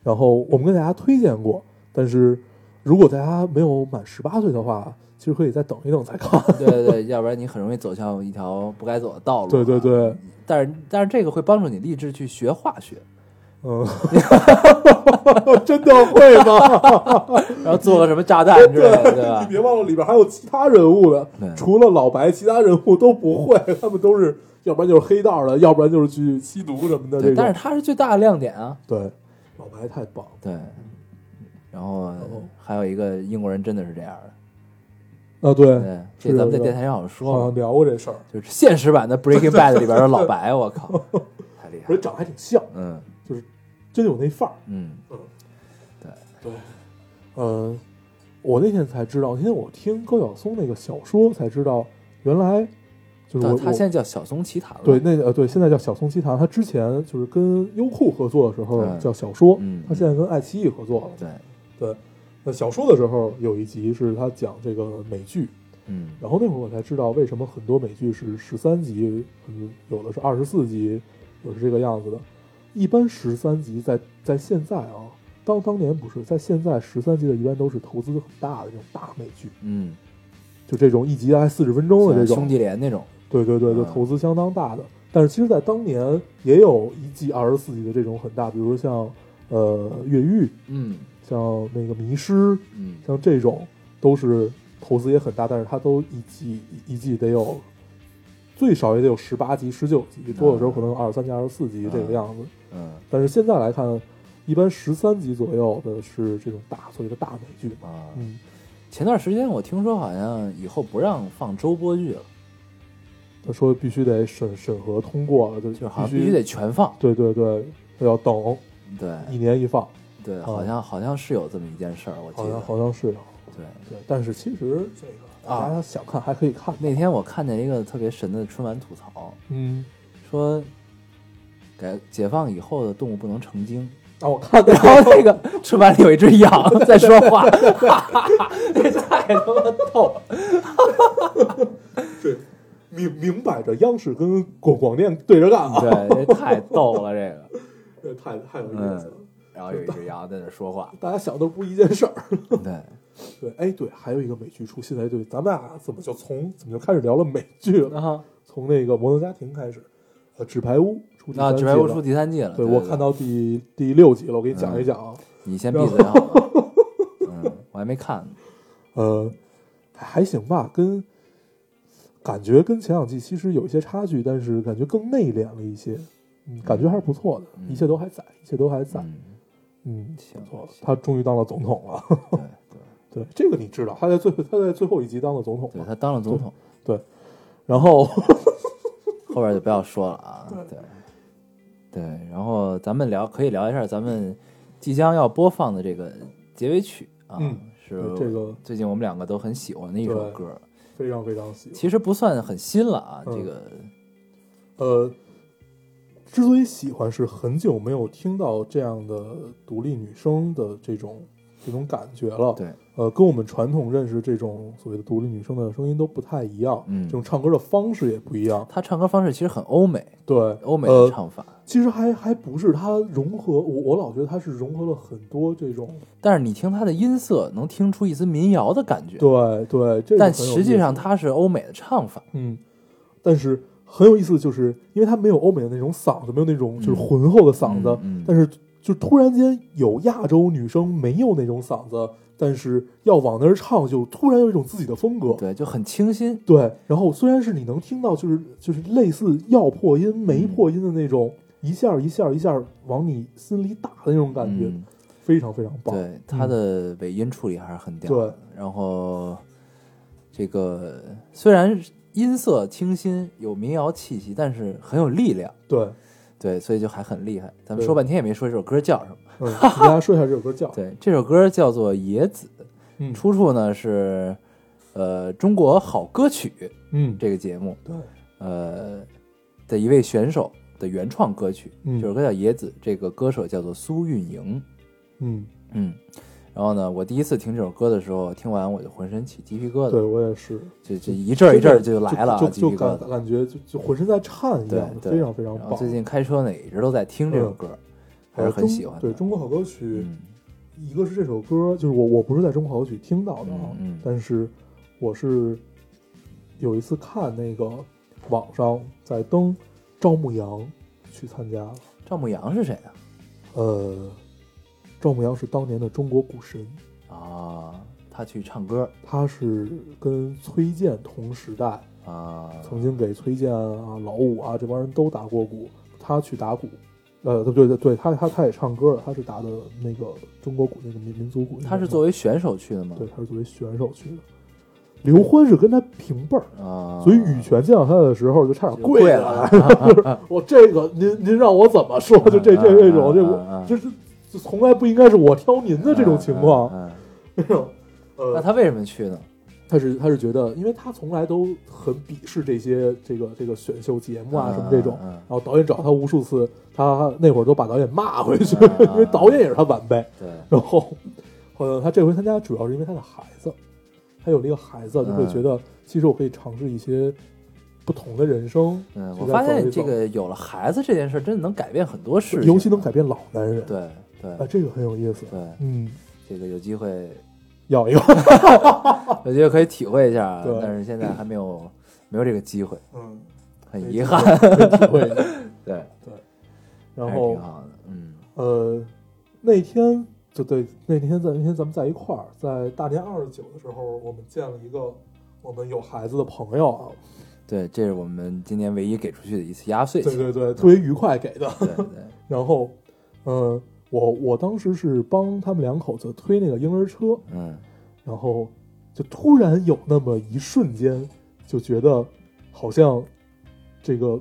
Speaker 2: 然后我们跟大家推荐过，但是如果大家没有满十八岁的话，其实可以再等一等再看。
Speaker 1: 对对对，要不然你很容易走向一条不该走的道路。啊
Speaker 2: 对对，对，
Speaker 1: 但是但是这个会帮助你立志去学化学，
Speaker 2: 嗯， 真的会吗？
Speaker 1: 然后做个什么炸弹之类的，对
Speaker 2: 你
Speaker 1: 吧？
Speaker 2: 别忘了里边还有其他人物的
Speaker 1: 对，
Speaker 2: 除了老白，其他人物都不会，他们都是要不然就是黑道的，要不然就是去吸毒什么的。这种。
Speaker 1: 对，但是它是最大的亮点啊。
Speaker 2: 对，老白太棒了。
Speaker 1: 对，然后
Speaker 2: 后
Speaker 1: 还有一个英国人真的是这样的，
Speaker 2: 啊，对，
Speaker 1: 对，
Speaker 2: 是
Speaker 1: 这咱们在
Speaker 2: 是
Speaker 1: 电台上好像说
Speaker 2: 好
Speaker 1: 过
Speaker 2: 像，聊过这事儿，
Speaker 1: 就是现实版的《Breaking Bad》里边的老白，我 靠，太厉害
Speaker 2: 而
Speaker 1: 了
Speaker 2: 且。长得还挺像，
Speaker 1: 嗯
Speaker 2: 就是真有那范儿。
Speaker 1: 嗯，
Speaker 2: 对，呃，我那天才知道，因为我听高晓松那个小说才知道，原来就是
Speaker 1: 到
Speaker 2: 我
Speaker 1: 他
Speaker 2: 我
Speaker 1: 现在叫小松奇谈了。
Speaker 2: 对，那呃对，现在叫小松奇谈，他之前就是跟优酷合作的时候
Speaker 1: 嗯
Speaker 2: 叫小说，
Speaker 1: 嗯
Speaker 2: 他现在跟爱奇艺合作了。
Speaker 1: 对，
Speaker 2: 对，那小说的时候有一集是他讲这个美剧，
Speaker 1: 嗯，
Speaker 2: 然后那会儿我才知道为什么很多美剧是十三集，嗯，有的是二十四集，有的是这个样子的。一般十三集在在现在啊，当当年不是，在现在十三集的一般都是投资很大的这种大美剧，
Speaker 1: 嗯，
Speaker 2: 就这种一集大概四十分钟的这
Speaker 1: 像
Speaker 2: 种，
Speaker 1: 啊兄弟连那种，
Speaker 2: 对对对，就
Speaker 1: 嗯
Speaker 2: 投资相当大的。但是其实，在当年也有一季二十四集的这种很大，比如像呃《越狱》，
Speaker 1: 嗯
Speaker 2: 像那个《迷失》，
Speaker 1: 嗯，
Speaker 2: 像这种都是投资也很大，但是它都一季一季得有最少也得有十八集、十九集，多的时候可能二十三集、二十四集这个样子。
Speaker 1: 嗯
Speaker 2: 但是现在来看，一般十三集左右的是这种大所谓的大美剧。
Speaker 1: 啊。
Speaker 2: 嗯，
Speaker 1: 前段时间我听说好像以后不让放周播剧了，
Speaker 2: 他说必须得审审核通过了，就
Speaker 1: 就是好像必
Speaker 2: 必
Speaker 1: 须得哎全放。
Speaker 2: 对对对，要等
Speaker 1: 对
Speaker 2: 一年一放，
Speaker 1: 对，好像好像是有这么一件事儿，我记
Speaker 2: 好像
Speaker 1: 得。
Speaker 2: 好像是有。
Speaker 1: 对，
Speaker 2: 对，但是其实这个
Speaker 1: 啊
Speaker 2: 大家想看还可以看。
Speaker 1: 那天我看见一个特别神的春晚吐槽，
Speaker 2: 嗯
Speaker 1: 说改解放以后的动物不能成精，
Speaker 2: 啊，我看的
Speaker 1: 然后那个翅膀里有一只 羊在说话，这太他妈逗了！
Speaker 2: 对，明明摆着央视跟广广电对着干啊，
Speaker 1: 对，这太逗了这个。
Speaker 2: 这太太有意思了。
Speaker 1: 嗯然后有一只羊在那说话，
Speaker 2: 大家想的不是一件事儿。
Speaker 1: 对，
Speaker 2: 对，哎，对，还有一个美剧出新来，对，咱们俩怎么就从怎么就开始聊了美剧了？
Speaker 1: 然后
Speaker 2: 从那个《摩登家庭》开始，呃，《纸牌屋》出第
Speaker 1: 那
Speaker 2: 三
Speaker 1: 《
Speaker 2: 季
Speaker 1: 啊纸牌屋》
Speaker 2: 了
Speaker 1: 出第三季了，
Speaker 2: 对
Speaker 1: 对嗯
Speaker 2: 我看，到第第六集了，我给你讲一讲啊。
Speaker 1: 你先闭嘴好 了。嗯，我还没看呢。
Speaker 2: 呃，还还行吧，跟感觉跟前两季其实有一些差距，但是感觉更内敛了一些，嗯，感觉还是不错的，
Speaker 1: 嗯
Speaker 2: 一切都还在，一切都还在，
Speaker 1: 嗯，
Speaker 2: 嗯，
Speaker 1: 行
Speaker 2: 不错了
Speaker 1: 行
Speaker 2: 他终于当了总统了，
Speaker 1: 对
Speaker 2: 对，这个你知道，他在最后他在最后一集当了总统
Speaker 1: 对，
Speaker 2: 嘛，
Speaker 1: 他当了总统，
Speaker 2: 然后
Speaker 1: 后边就不要说了啊。对对，然后咱们聊可以聊一下咱们即将要播放的这个结尾曲啊
Speaker 2: 嗯，
Speaker 1: 是
Speaker 2: 对 这个
Speaker 1: 最近我们两个都很喜欢的一首
Speaker 2: 对
Speaker 1: 歌，
Speaker 2: 非常非常喜欢，
Speaker 1: 其实不算很新了啊，
Speaker 2: 嗯
Speaker 1: 这个
Speaker 2: 呃。之所以喜欢，是很久没有听到这样的独立女生的这种这种感觉了。
Speaker 1: 对，
Speaker 2: 呃，跟我们传统认识这种所谓的独立女生的声音都不太一样，
Speaker 1: 嗯
Speaker 2: 这种唱歌的方式也不一样。
Speaker 1: 他唱歌方式其实很欧美，
Speaker 2: 对，
Speaker 1: 欧美的
Speaker 2: 呃，
Speaker 1: 唱法，
Speaker 2: 其实还还不是它融合，我我老觉得它是融合了很多这种，
Speaker 1: 但是你听他的音色，能听出一丝民谣的感觉。
Speaker 2: 对对，这个
Speaker 1: 但
Speaker 2: 很有
Speaker 1: 实际
Speaker 2: 意思
Speaker 1: 上，它是欧美的唱法，
Speaker 2: 嗯，但是很有意思，就是因为它没有欧美的那种嗓子，没有那种就是
Speaker 1: 嗯
Speaker 2: 浑厚的嗓子，
Speaker 1: 嗯嗯
Speaker 2: 但是就突然间有亚洲女生没有那种嗓子，但是要往那儿唱，就突然有一种自己的风格，
Speaker 1: 对，就很清新。
Speaker 2: 对，然后虽然是你能听到，就是就是类似要破音
Speaker 1: 嗯
Speaker 2: 没破音的那种，一下儿一下儿一下儿往你心里打的那种感觉，
Speaker 1: 嗯，
Speaker 2: 非常非常棒。嗯
Speaker 1: 对，它的尾音处理还是很屌的。然后这个虽然音色清新，有民谣气息，但是很有力量。
Speaker 2: 对，
Speaker 1: 对，所以就还很厉害。咱们
Speaker 2: 对
Speaker 1: 说半天也没说这首歌叫什么。
Speaker 2: 嗯，给大家说一下这首歌叫，
Speaker 1: 对，这首歌叫做《野子
Speaker 2: 嗯》，
Speaker 1: 出处呢是呃《中国好歌曲》
Speaker 2: 嗯，
Speaker 1: 这个节目，
Speaker 2: 对，
Speaker 1: 呃的一位选手的原创歌曲，
Speaker 2: 嗯
Speaker 1: 这首歌叫《野子》，这个歌手叫做苏运莹，
Speaker 2: 嗯，
Speaker 1: 嗯，然后呢，我第一次听这首歌的时候，听完我就浑身起鸡皮疙
Speaker 2: 对
Speaker 1: 瘩，
Speaker 2: 我也是，
Speaker 1: 就就一阵儿一阵儿就来了啊
Speaker 2: 就
Speaker 1: 鸡
Speaker 2: 就
Speaker 1: 皮
Speaker 2: 就
Speaker 1: 疙
Speaker 2: 感
Speaker 1: 瘩，
Speaker 2: 感觉就就浑身在颤一
Speaker 1: 对
Speaker 2: 样，
Speaker 1: 对，
Speaker 2: 非常非常
Speaker 1: 然后
Speaker 2: 棒。
Speaker 1: 最近开车呢，也一直都在听这首
Speaker 2: 嗯
Speaker 1: 歌，还
Speaker 2: 呃
Speaker 1: 是很
Speaker 2: 中
Speaker 1: 喜欢的，
Speaker 2: 对中国好歌曲，
Speaker 1: 嗯
Speaker 2: 一个是这首歌，就是我我不是在中国好曲听到的啊，
Speaker 1: 嗯嗯
Speaker 2: 但是我是有一次看那个网上在登赵牧阳去参加了，
Speaker 1: 赵牧阳是谁啊？
Speaker 2: 呃，赵牧阳是当年的中国股神，
Speaker 1: 啊，他去唱歌
Speaker 2: 他是跟崔健同时代，
Speaker 1: 啊，
Speaker 2: 曾经给崔健啊、老五啊这帮人都打过鼓，他去打鼓。呃，对对对，对他他他也唱歌了，他是打的那个中国鼓那个民民族鼓，
Speaker 1: 他是作为选手去的吗？
Speaker 2: 对，他是作为选手去的。刘欢是跟他平辈儿，
Speaker 1: 啊，
Speaker 2: 所以羽泉见到他的时候就差点
Speaker 1: 就
Speaker 2: 跪
Speaker 1: 跪
Speaker 2: 下
Speaker 1: 了
Speaker 2: 来。就是 我这个您您让我怎么说？就这这这种这
Speaker 1: 嗯嗯
Speaker 2: 我
Speaker 1: 嗯
Speaker 2: 这是这从来不应该是我挑您的这种情况。
Speaker 1: 嗯嗯嗯嗯那
Speaker 2: 呃，
Speaker 1: 他为什么去呢？
Speaker 2: 他是他是觉得，因为他从来都很鄙视这些这个这个选秀节目啊
Speaker 1: 嗯
Speaker 2: 什么这种，
Speaker 1: 嗯嗯
Speaker 2: 然后导演找他无数次，他那会儿都把导演骂回去，
Speaker 1: 嗯嗯
Speaker 2: 因为导演也是他晚辈。
Speaker 1: 对，
Speaker 2: 然后，呃，他这回参加主要是因为他的孩子，他有了一个孩子，就会觉
Speaker 1: 嗯
Speaker 2: 得、其实我可以尝试一些不同的人生。
Speaker 1: 嗯，
Speaker 2: 就
Speaker 1: 我
Speaker 2: 在
Speaker 1: 发
Speaker 2: 走一走
Speaker 1: 现这个有了孩子这件事儿，真的能改变很多事情，
Speaker 2: 尤其能改变老男人，
Speaker 1: 对
Speaker 2: 啊，
Speaker 1: 对
Speaker 2: 这个很有意思。
Speaker 1: 对，
Speaker 2: 嗯，
Speaker 1: 这个有机会，
Speaker 2: 要一个，
Speaker 1: 有机会可以体会一下啊
Speaker 2: 对，
Speaker 1: 但是现在还没有没有这个机会，
Speaker 2: 嗯，
Speaker 1: 很遗憾。
Speaker 2: 体会一下。
Speaker 1: 对，
Speaker 2: 然
Speaker 1: 还是
Speaker 2: 后
Speaker 1: 挺，好的，嗯
Speaker 2: 呃，那天就对，那天在那天咱们在一块儿，在大年二十九的时候，我们见了一个我们有孩子的朋友啊，
Speaker 1: 对，这是我们今年唯一给出去的一次压岁
Speaker 2: 对
Speaker 1: 钱，
Speaker 2: 对对，特别愉快给的。
Speaker 1: 对对，
Speaker 2: 然后，呃，我我当时是帮他们两口子推那个婴儿车，
Speaker 1: 嗯，
Speaker 2: 然后就突然有那么一瞬间，就觉得好像这个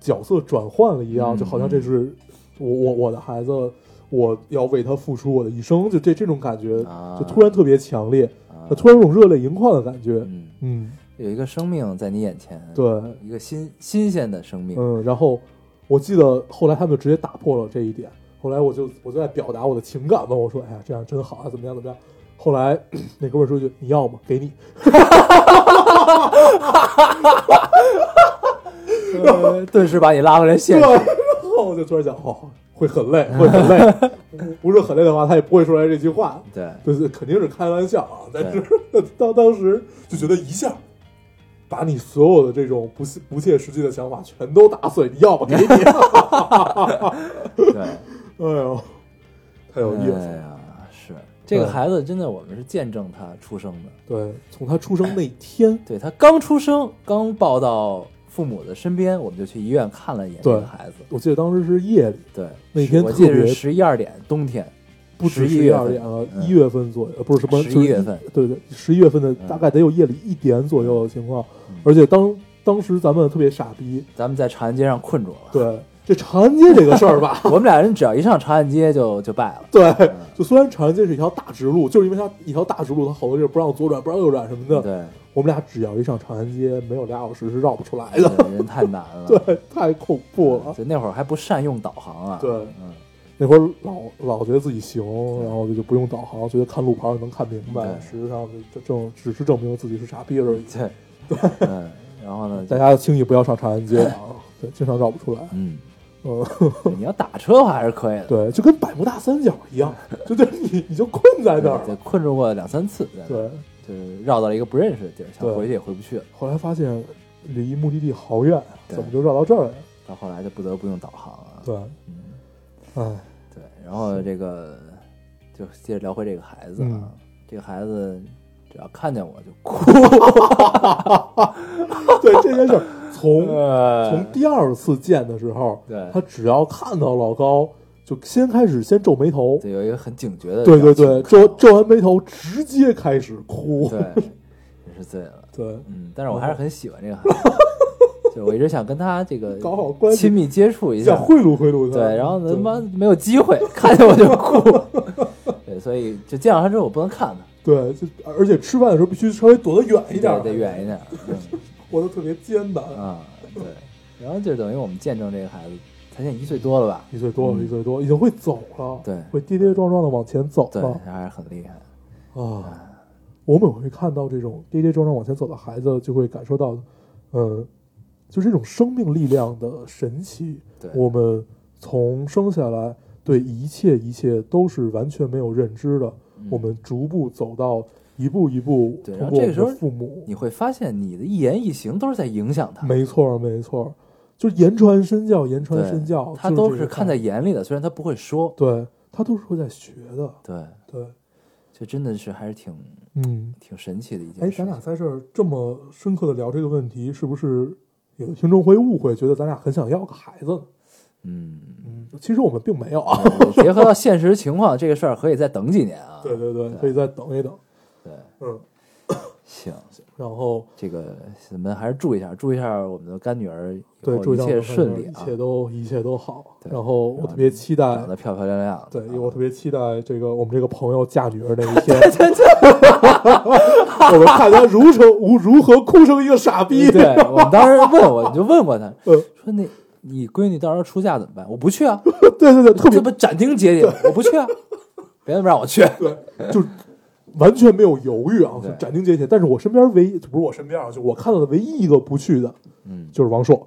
Speaker 2: 角色转换了一样，
Speaker 1: 嗯
Speaker 2: 就好像这是我我我的孩子，我要为他付出我的一生，就这这种感觉，
Speaker 1: 啊
Speaker 2: 就突然特别强烈，
Speaker 1: 啊
Speaker 2: 就突然有种热泪盈眶的感觉。
Speaker 1: 嗯，
Speaker 2: 嗯，
Speaker 1: 有一个生命在你眼前，，
Speaker 2: 对，
Speaker 1: 一个新新鲜的生命，
Speaker 2: 嗯，然后我记得后来他们就直接打破了这一点，后来我就我就在表达我的情感嘛，我说哎呀这样真好啊，怎么样怎么样。后来那哥们儿说一句你要吗？给你。
Speaker 1: 呃顿时把你拉回来现
Speaker 2: 对，
Speaker 1: 实。
Speaker 2: 然后我就突然想，哦，会很累，会很累。不是很累的话，他也不会说出来这句话。
Speaker 1: 对，
Speaker 2: 就是肯定是开玩笑啊，但是 当当时就觉得一下把你所有的这种不切不切实际的想法全都打碎，你要不给你，啊
Speaker 1: 对，
Speaker 2: 哎呦，太有意思
Speaker 1: 哎
Speaker 2: 了。
Speaker 1: 呀，是这个
Speaker 2: 对
Speaker 1: 孩子真的，我们是见证他出生的。
Speaker 2: 对，从他出生那天，
Speaker 1: 对他刚出生，刚抱到父母的身边，我们就去医院看了一眼这
Speaker 2: 对
Speaker 1: 个孩子。
Speaker 2: 我记得当时是夜里，
Speaker 1: 对，
Speaker 2: 那
Speaker 1: 是
Speaker 2: 天
Speaker 1: 我记得
Speaker 2: 特
Speaker 1: 是
Speaker 2: 别
Speaker 1: 十一二点，冬天，
Speaker 2: 不止
Speaker 1: 11
Speaker 2: 十
Speaker 1: 月
Speaker 2: 二
Speaker 1: 份
Speaker 2: 点了，
Speaker 1: 嗯
Speaker 2: 一月份左右，呃不是什么，
Speaker 1: 11
Speaker 2: 就是
Speaker 1: 月份，
Speaker 2: 对对，十一月份的
Speaker 1: 嗯
Speaker 2: 大概得有夜里一点左右的情况
Speaker 1: 嗯，
Speaker 2: 而且当当时咱们特别傻逼，
Speaker 1: 咱们在长安街上困住了。，
Speaker 2: 对这长安街这个事儿吧
Speaker 1: 我们俩人只要一上长安街就就 败了。
Speaker 2: 对，就虽然长安街是一条大直路，就是因为它一条大直路，它好多地儿不让左转，不让右转什么的。
Speaker 1: 对，
Speaker 2: 我们俩只要一上长安街，没有俩小时是绕不出来的。
Speaker 1: 对人太难了。
Speaker 2: 对，太恐怖了。
Speaker 1: 就那会儿还不善用导航啊。
Speaker 2: 对
Speaker 1: 嗯，
Speaker 2: 那会儿老老觉得自己行，然后就就不用导航，觉得看路牌儿能看明白。
Speaker 1: 对
Speaker 2: 实际上就就证只是证明自己是傻逼而已。
Speaker 1: 对，嗯，然后呢，
Speaker 2: 大家轻易不要上长安街啊！对，经常绕不出来。
Speaker 1: 嗯，
Speaker 2: 嗯，
Speaker 1: 你要打车的话还是可以的。
Speaker 2: 对，就跟百慕大三角一样，就对你你就困在那儿
Speaker 1: 对
Speaker 2: 了。
Speaker 1: 困住过两三次，在那儿
Speaker 2: 对，
Speaker 1: 就是绕到了一个不认识的地儿，想
Speaker 2: 对
Speaker 1: 回去也回不去了。
Speaker 2: 后来发现离目的地好远，
Speaker 1: 对
Speaker 2: 怎么就绕到这儿来了？
Speaker 1: 到后来就不得不用导航了。
Speaker 2: 对，
Speaker 1: 嗯
Speaker 2: 哎，
Speaker 1: 对，然后这个就接着聊回这个孩子啊，
Speaker 2: 嗯
Speaker 1: 这个孩子只要看见我就哭，
Speaker 2: 对这件事儿， 从
Speaker 1: 从
Speaker 2: 从第二次见的时候，
Speaker 1: 呃对
Speaker 2: 他只要看到老高，就先开始先皱眉头，
Speaker 1: 对有一个很警觉的
Speaker 2: 对对
Speaker 1: 表情
Speaker 2: 对，皱
Speaker 1: 看我
Speaker 2: 皱完眉头直接开始哭，
Speaker 1: 对，也是醉了。
Speaker 2: 对
Speaker 1: 嗯，但是我还是很喜欢这个孩子， 就是我一直想跟他这个
Speaker 2: 搞好关系
Speaker 1: 亲密接触一下
Speaker 2: 想，贿赂贿赂他，
Speaker 1: 对，然后呢他妈没有机会，看见我就哭， 对，所以就见到他之后我不能看他，
Speaker 2: 对，就而且吃饭的时候必须稍微躲得远一点，
Speaker 1: 对得远一，点，嗯
Speaker 2: 活得特别艰难。
Speaker 1: 啊，对，然后就等于我们见证这个孩子才现在一岁多了吧，
Speaker 2: 一岁多了，一岁多，已经会走了，
Speaker 1: 嗯对
Speaker 2: 会跌跌撞撞的往前走
Speaker 1: 对，
Speaker 2: 了
Speaker 1: 还是很厉害。哦
Speaker 2: 啊。我每回看到这种跌跌撞撞往前走的孩子，就会感受到，呃，就这种生命力量的神奇。
Speaker 1: 对
Speaker 2: 我们从生下来对一切一切都是完全没有认知的，我们逐步走到一步一步
Speaker 1: 嗯对
Speaker 2: 通
Speaker 1: 然后
Speaker 2: 过我们
Speaker 1: 这个时候
Speaker 2: 的父母，
Speaker 1: 你会发现你的一言一行都是在影响他，
Speaker 2: 没错儿没错儿，就是言传身教，言传
Speaker 1: 对
Speaker 2: 身教，
Speaker 1: 他
Speaker 2: 就
Speaker 1: 都
Speaker 2: 是这
Speaker 1: 是
Speaker 2: 个
Speaker 1: 看在眼里的，虽然他不会说，
Speaker 2: 对他都是会在学的，
Speaker 1: 对，
Speaker 2: 对，
Speaker 1: 这真的是还是挺
Speaker 2: 嗯。
Speaker 1: 挺神奇的一件
Speaker 2: 哎，
Speaker 1: 事。
Speaker 2: 咱俩在这儿这么深刻的聊这个问题，是不是有的听众会误会，觉得咱俩很想要个孩子呢？
Speaker 1: 嗯，
Speaker 2: 嗯，其实我们并没有啊。
Speaker 1: 结合到现实情况，这个事儿可以再等几年啊。
Speaker 2: 对对对，
Speaker 1: 对
Speaker 2: 可以再等一等。
Speaker 1: 对，
Speaker 2: 嗯，
Speaker 1: 行，
Speaker 2: 然后
Speaker 1: 这个你们还是注意一下，注意一下我们的干女儿以
Speaker 2: 对，
Speaker 1: 后
Speaker 2: 祝
Speaker 1: 一
Speaker 2: 大家
Speaker 1: 切顺利
Speaker 2: 一
Speaker 1: 啊，
Speaker 2: 切都一切都好。
Speaker 1: 对
Speaker 2: 然后我特别期待
Speaker 1: 长，得漂漂亮亮。
Speaker 2: 对，因为
Speaker 1: 啊
Speaker 2: 我特别期待这个我们这个朋友嫁女儿那一 天，我们看他如成如如何哭成一个傻逼。
Speaker 1: 对我们当时问我，你就问过他，
Speaker 2: 嗯
Speaker 1: 说那你闺女到时候出嫁怎么办？我不去啊，
Speaker 2: 对对对，特别
Speaker 1: 这不斩钉截铁，我不 去啊，别人不让我去。
Speaker 2: 对，就是完全没有犹豫啊，
Speaker 1: 对
Speaker 2: 就斩钉截铁。但是我身边唯一不是我身边啊，就我看到的唯一一个不去的，
Speaker 1: 嗯，
Speaker 2: 就是王朔。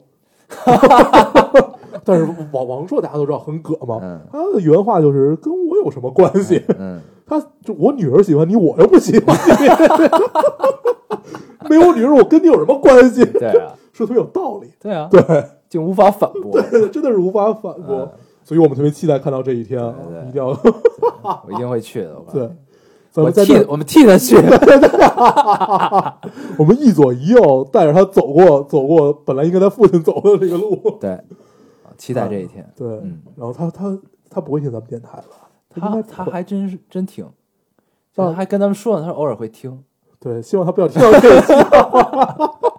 Speaker 2: 但是王王朔大家都知道很葛嘛，
Speaker 1: 嗯
Speaker 2: 他的原话就是跟我有什么关系？
Speaker 1: 嗯，
Speaker 2: 他就我女儿喜欢你，我又不喜欢你， 没有我女儿我跟你有什么关系？
Speaker 1: 对啊，
Speaker 2: 说得特别有道理，
Speaker 1: 对啊，
Speaker 2: 对，
Speaker 1: 竟无法反驳。
Speaker 2: 真的是无法反驳。所以我们特别期待看到这一天啊
Speaker 1: 嗯对，对
Speaker 2: 一定要
Speaker 1: 我一定会去的。我告诉
Speaker 2: 对
Speaker 1: 你，。
Speaker 2: 咱
Speaker 1: 我
Speaker 2: 们在这
Speaker 1: 替我们替他去。
Speaker 2: 我们一左一右带着他走过走过本来应该他父亲走的这个路。
Speaker 1: 对，啊期待这一天。
Speaker 2: 对，
Speaker 1: 嗯
Speaker 2: 然后他他他不会听咱们电台吧？应
Speaker 1: 他
Speaker 2: 该
Speaker 1: 他
Speaker 2: 不会
Speaker 1: 还真是真挺，就他还跟咱们说呢，他说偶尔会听。
Speaker 2: 对，希望他不要听到这个 节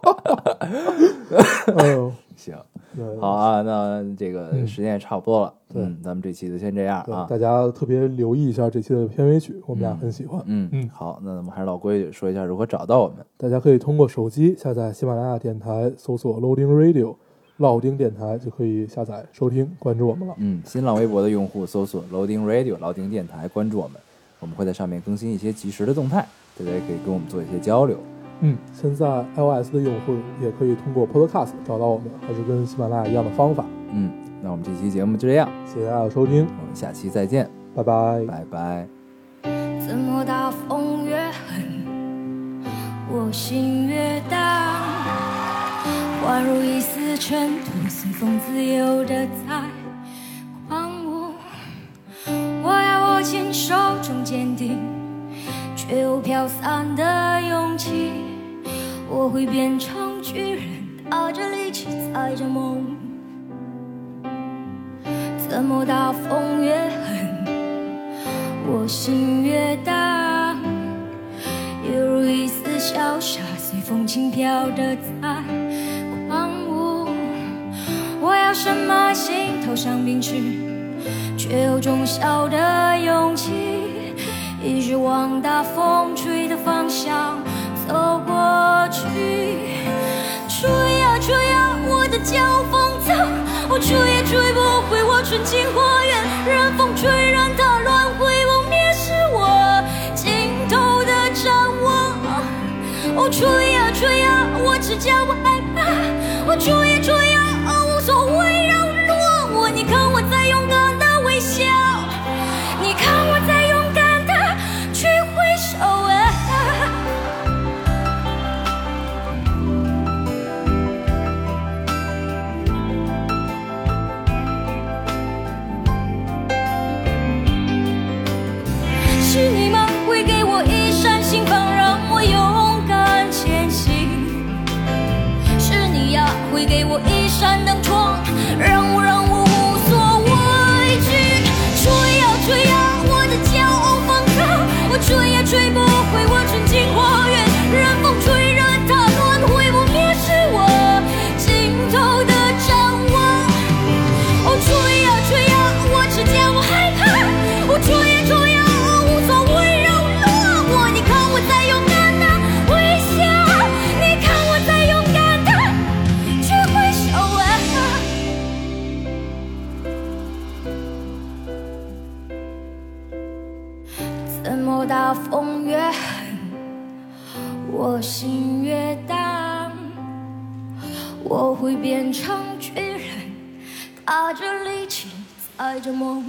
Speaker 2: 目。哎呦，
Speaker 1: 行，
Speaker 2: 对
Speaker 1: 好啊，那这个时间也差不多了。
Speaker 2: 对
Speaker 1: 嗯，咱们这期就先这样
Speaker 2: 对
Speaker 1: 啊。
Speaker 2: 大家特别留意一下这期的片尾曲，我们俩
Speaker 1: 嗯
Speaker 2: 很喜欢。
Speaker 1: 嗯，
Speaker 2: 嗯
Speaker 1: 好，那我们还是老规矩，说一下如何找到我们。
Speaker 2: 大家可以通过手机下载喜马拉雅电台，搜索 Loading Radio，老丁电台就可以下载收听，关注我们了。
Speaker 1: 嗯，新浪微博的用户搜索 Loading Radio 老丁电台，关注我们，我们会在上面更新一些及时的动态，大家也可以跟我们做一些交流。
Speaker 2: 嗯，现在 iOS 的用户也可以通过 Podcast 找到我们，还是跟喜马拉雅一样的方法。
Speaker 1: 嗯，那我们这期节目就这样，
Speaker 2: 谢谢大家的收听，
Speaker 1: 我们下期再见，
Speaker 2: 拜拜。
Speaker 1: 拜拜。
Speaker 3: 怎么大风越狠，我心越荡，宛如一丝尘土，随风自由的在狂舞。我要握紧手中坚定，却又飘散的勇气。我会变成巨人，踏着力气，踩着梦。怎么大风越狠？我心越大，犹如一丝潇洒，随风轻飘的在狂舞。我要什么心头上冰去，却有种小的勇气，一直往大风吹的方向走过去。吹呀吹呀，我的骄风走，我吹也吹不回我纯净火焰，任风吹，任它乱挥舞，蔑视我尽头的展望。哦，吹呀吹呀，我只叫我害怕，我吹呀吹呀，哦，无所谓扰乱我。你看我在勇敢的微笑，你看我在勇敢的去挥手啊。是你们会给我一扇心房，让我勇敢前行。是你呀，会给我一扇灯窗，让我让我无所畏惧。吹呀吹呀，我的骄傲放纵，我啊吹也吹不回我纯净花园。任风吹，任它乱挥，不蔑视我尽头的展望。哦，吹呀吹呀，我只见我害怕。哦，吹呀吹呀，我无所谓扰乱我。你看我在勇敢的微笑，你看我在勇敢的去挥手啊。怎么大风越狠，我心越荡？我会变成巨人，踏着力气，踩着梦。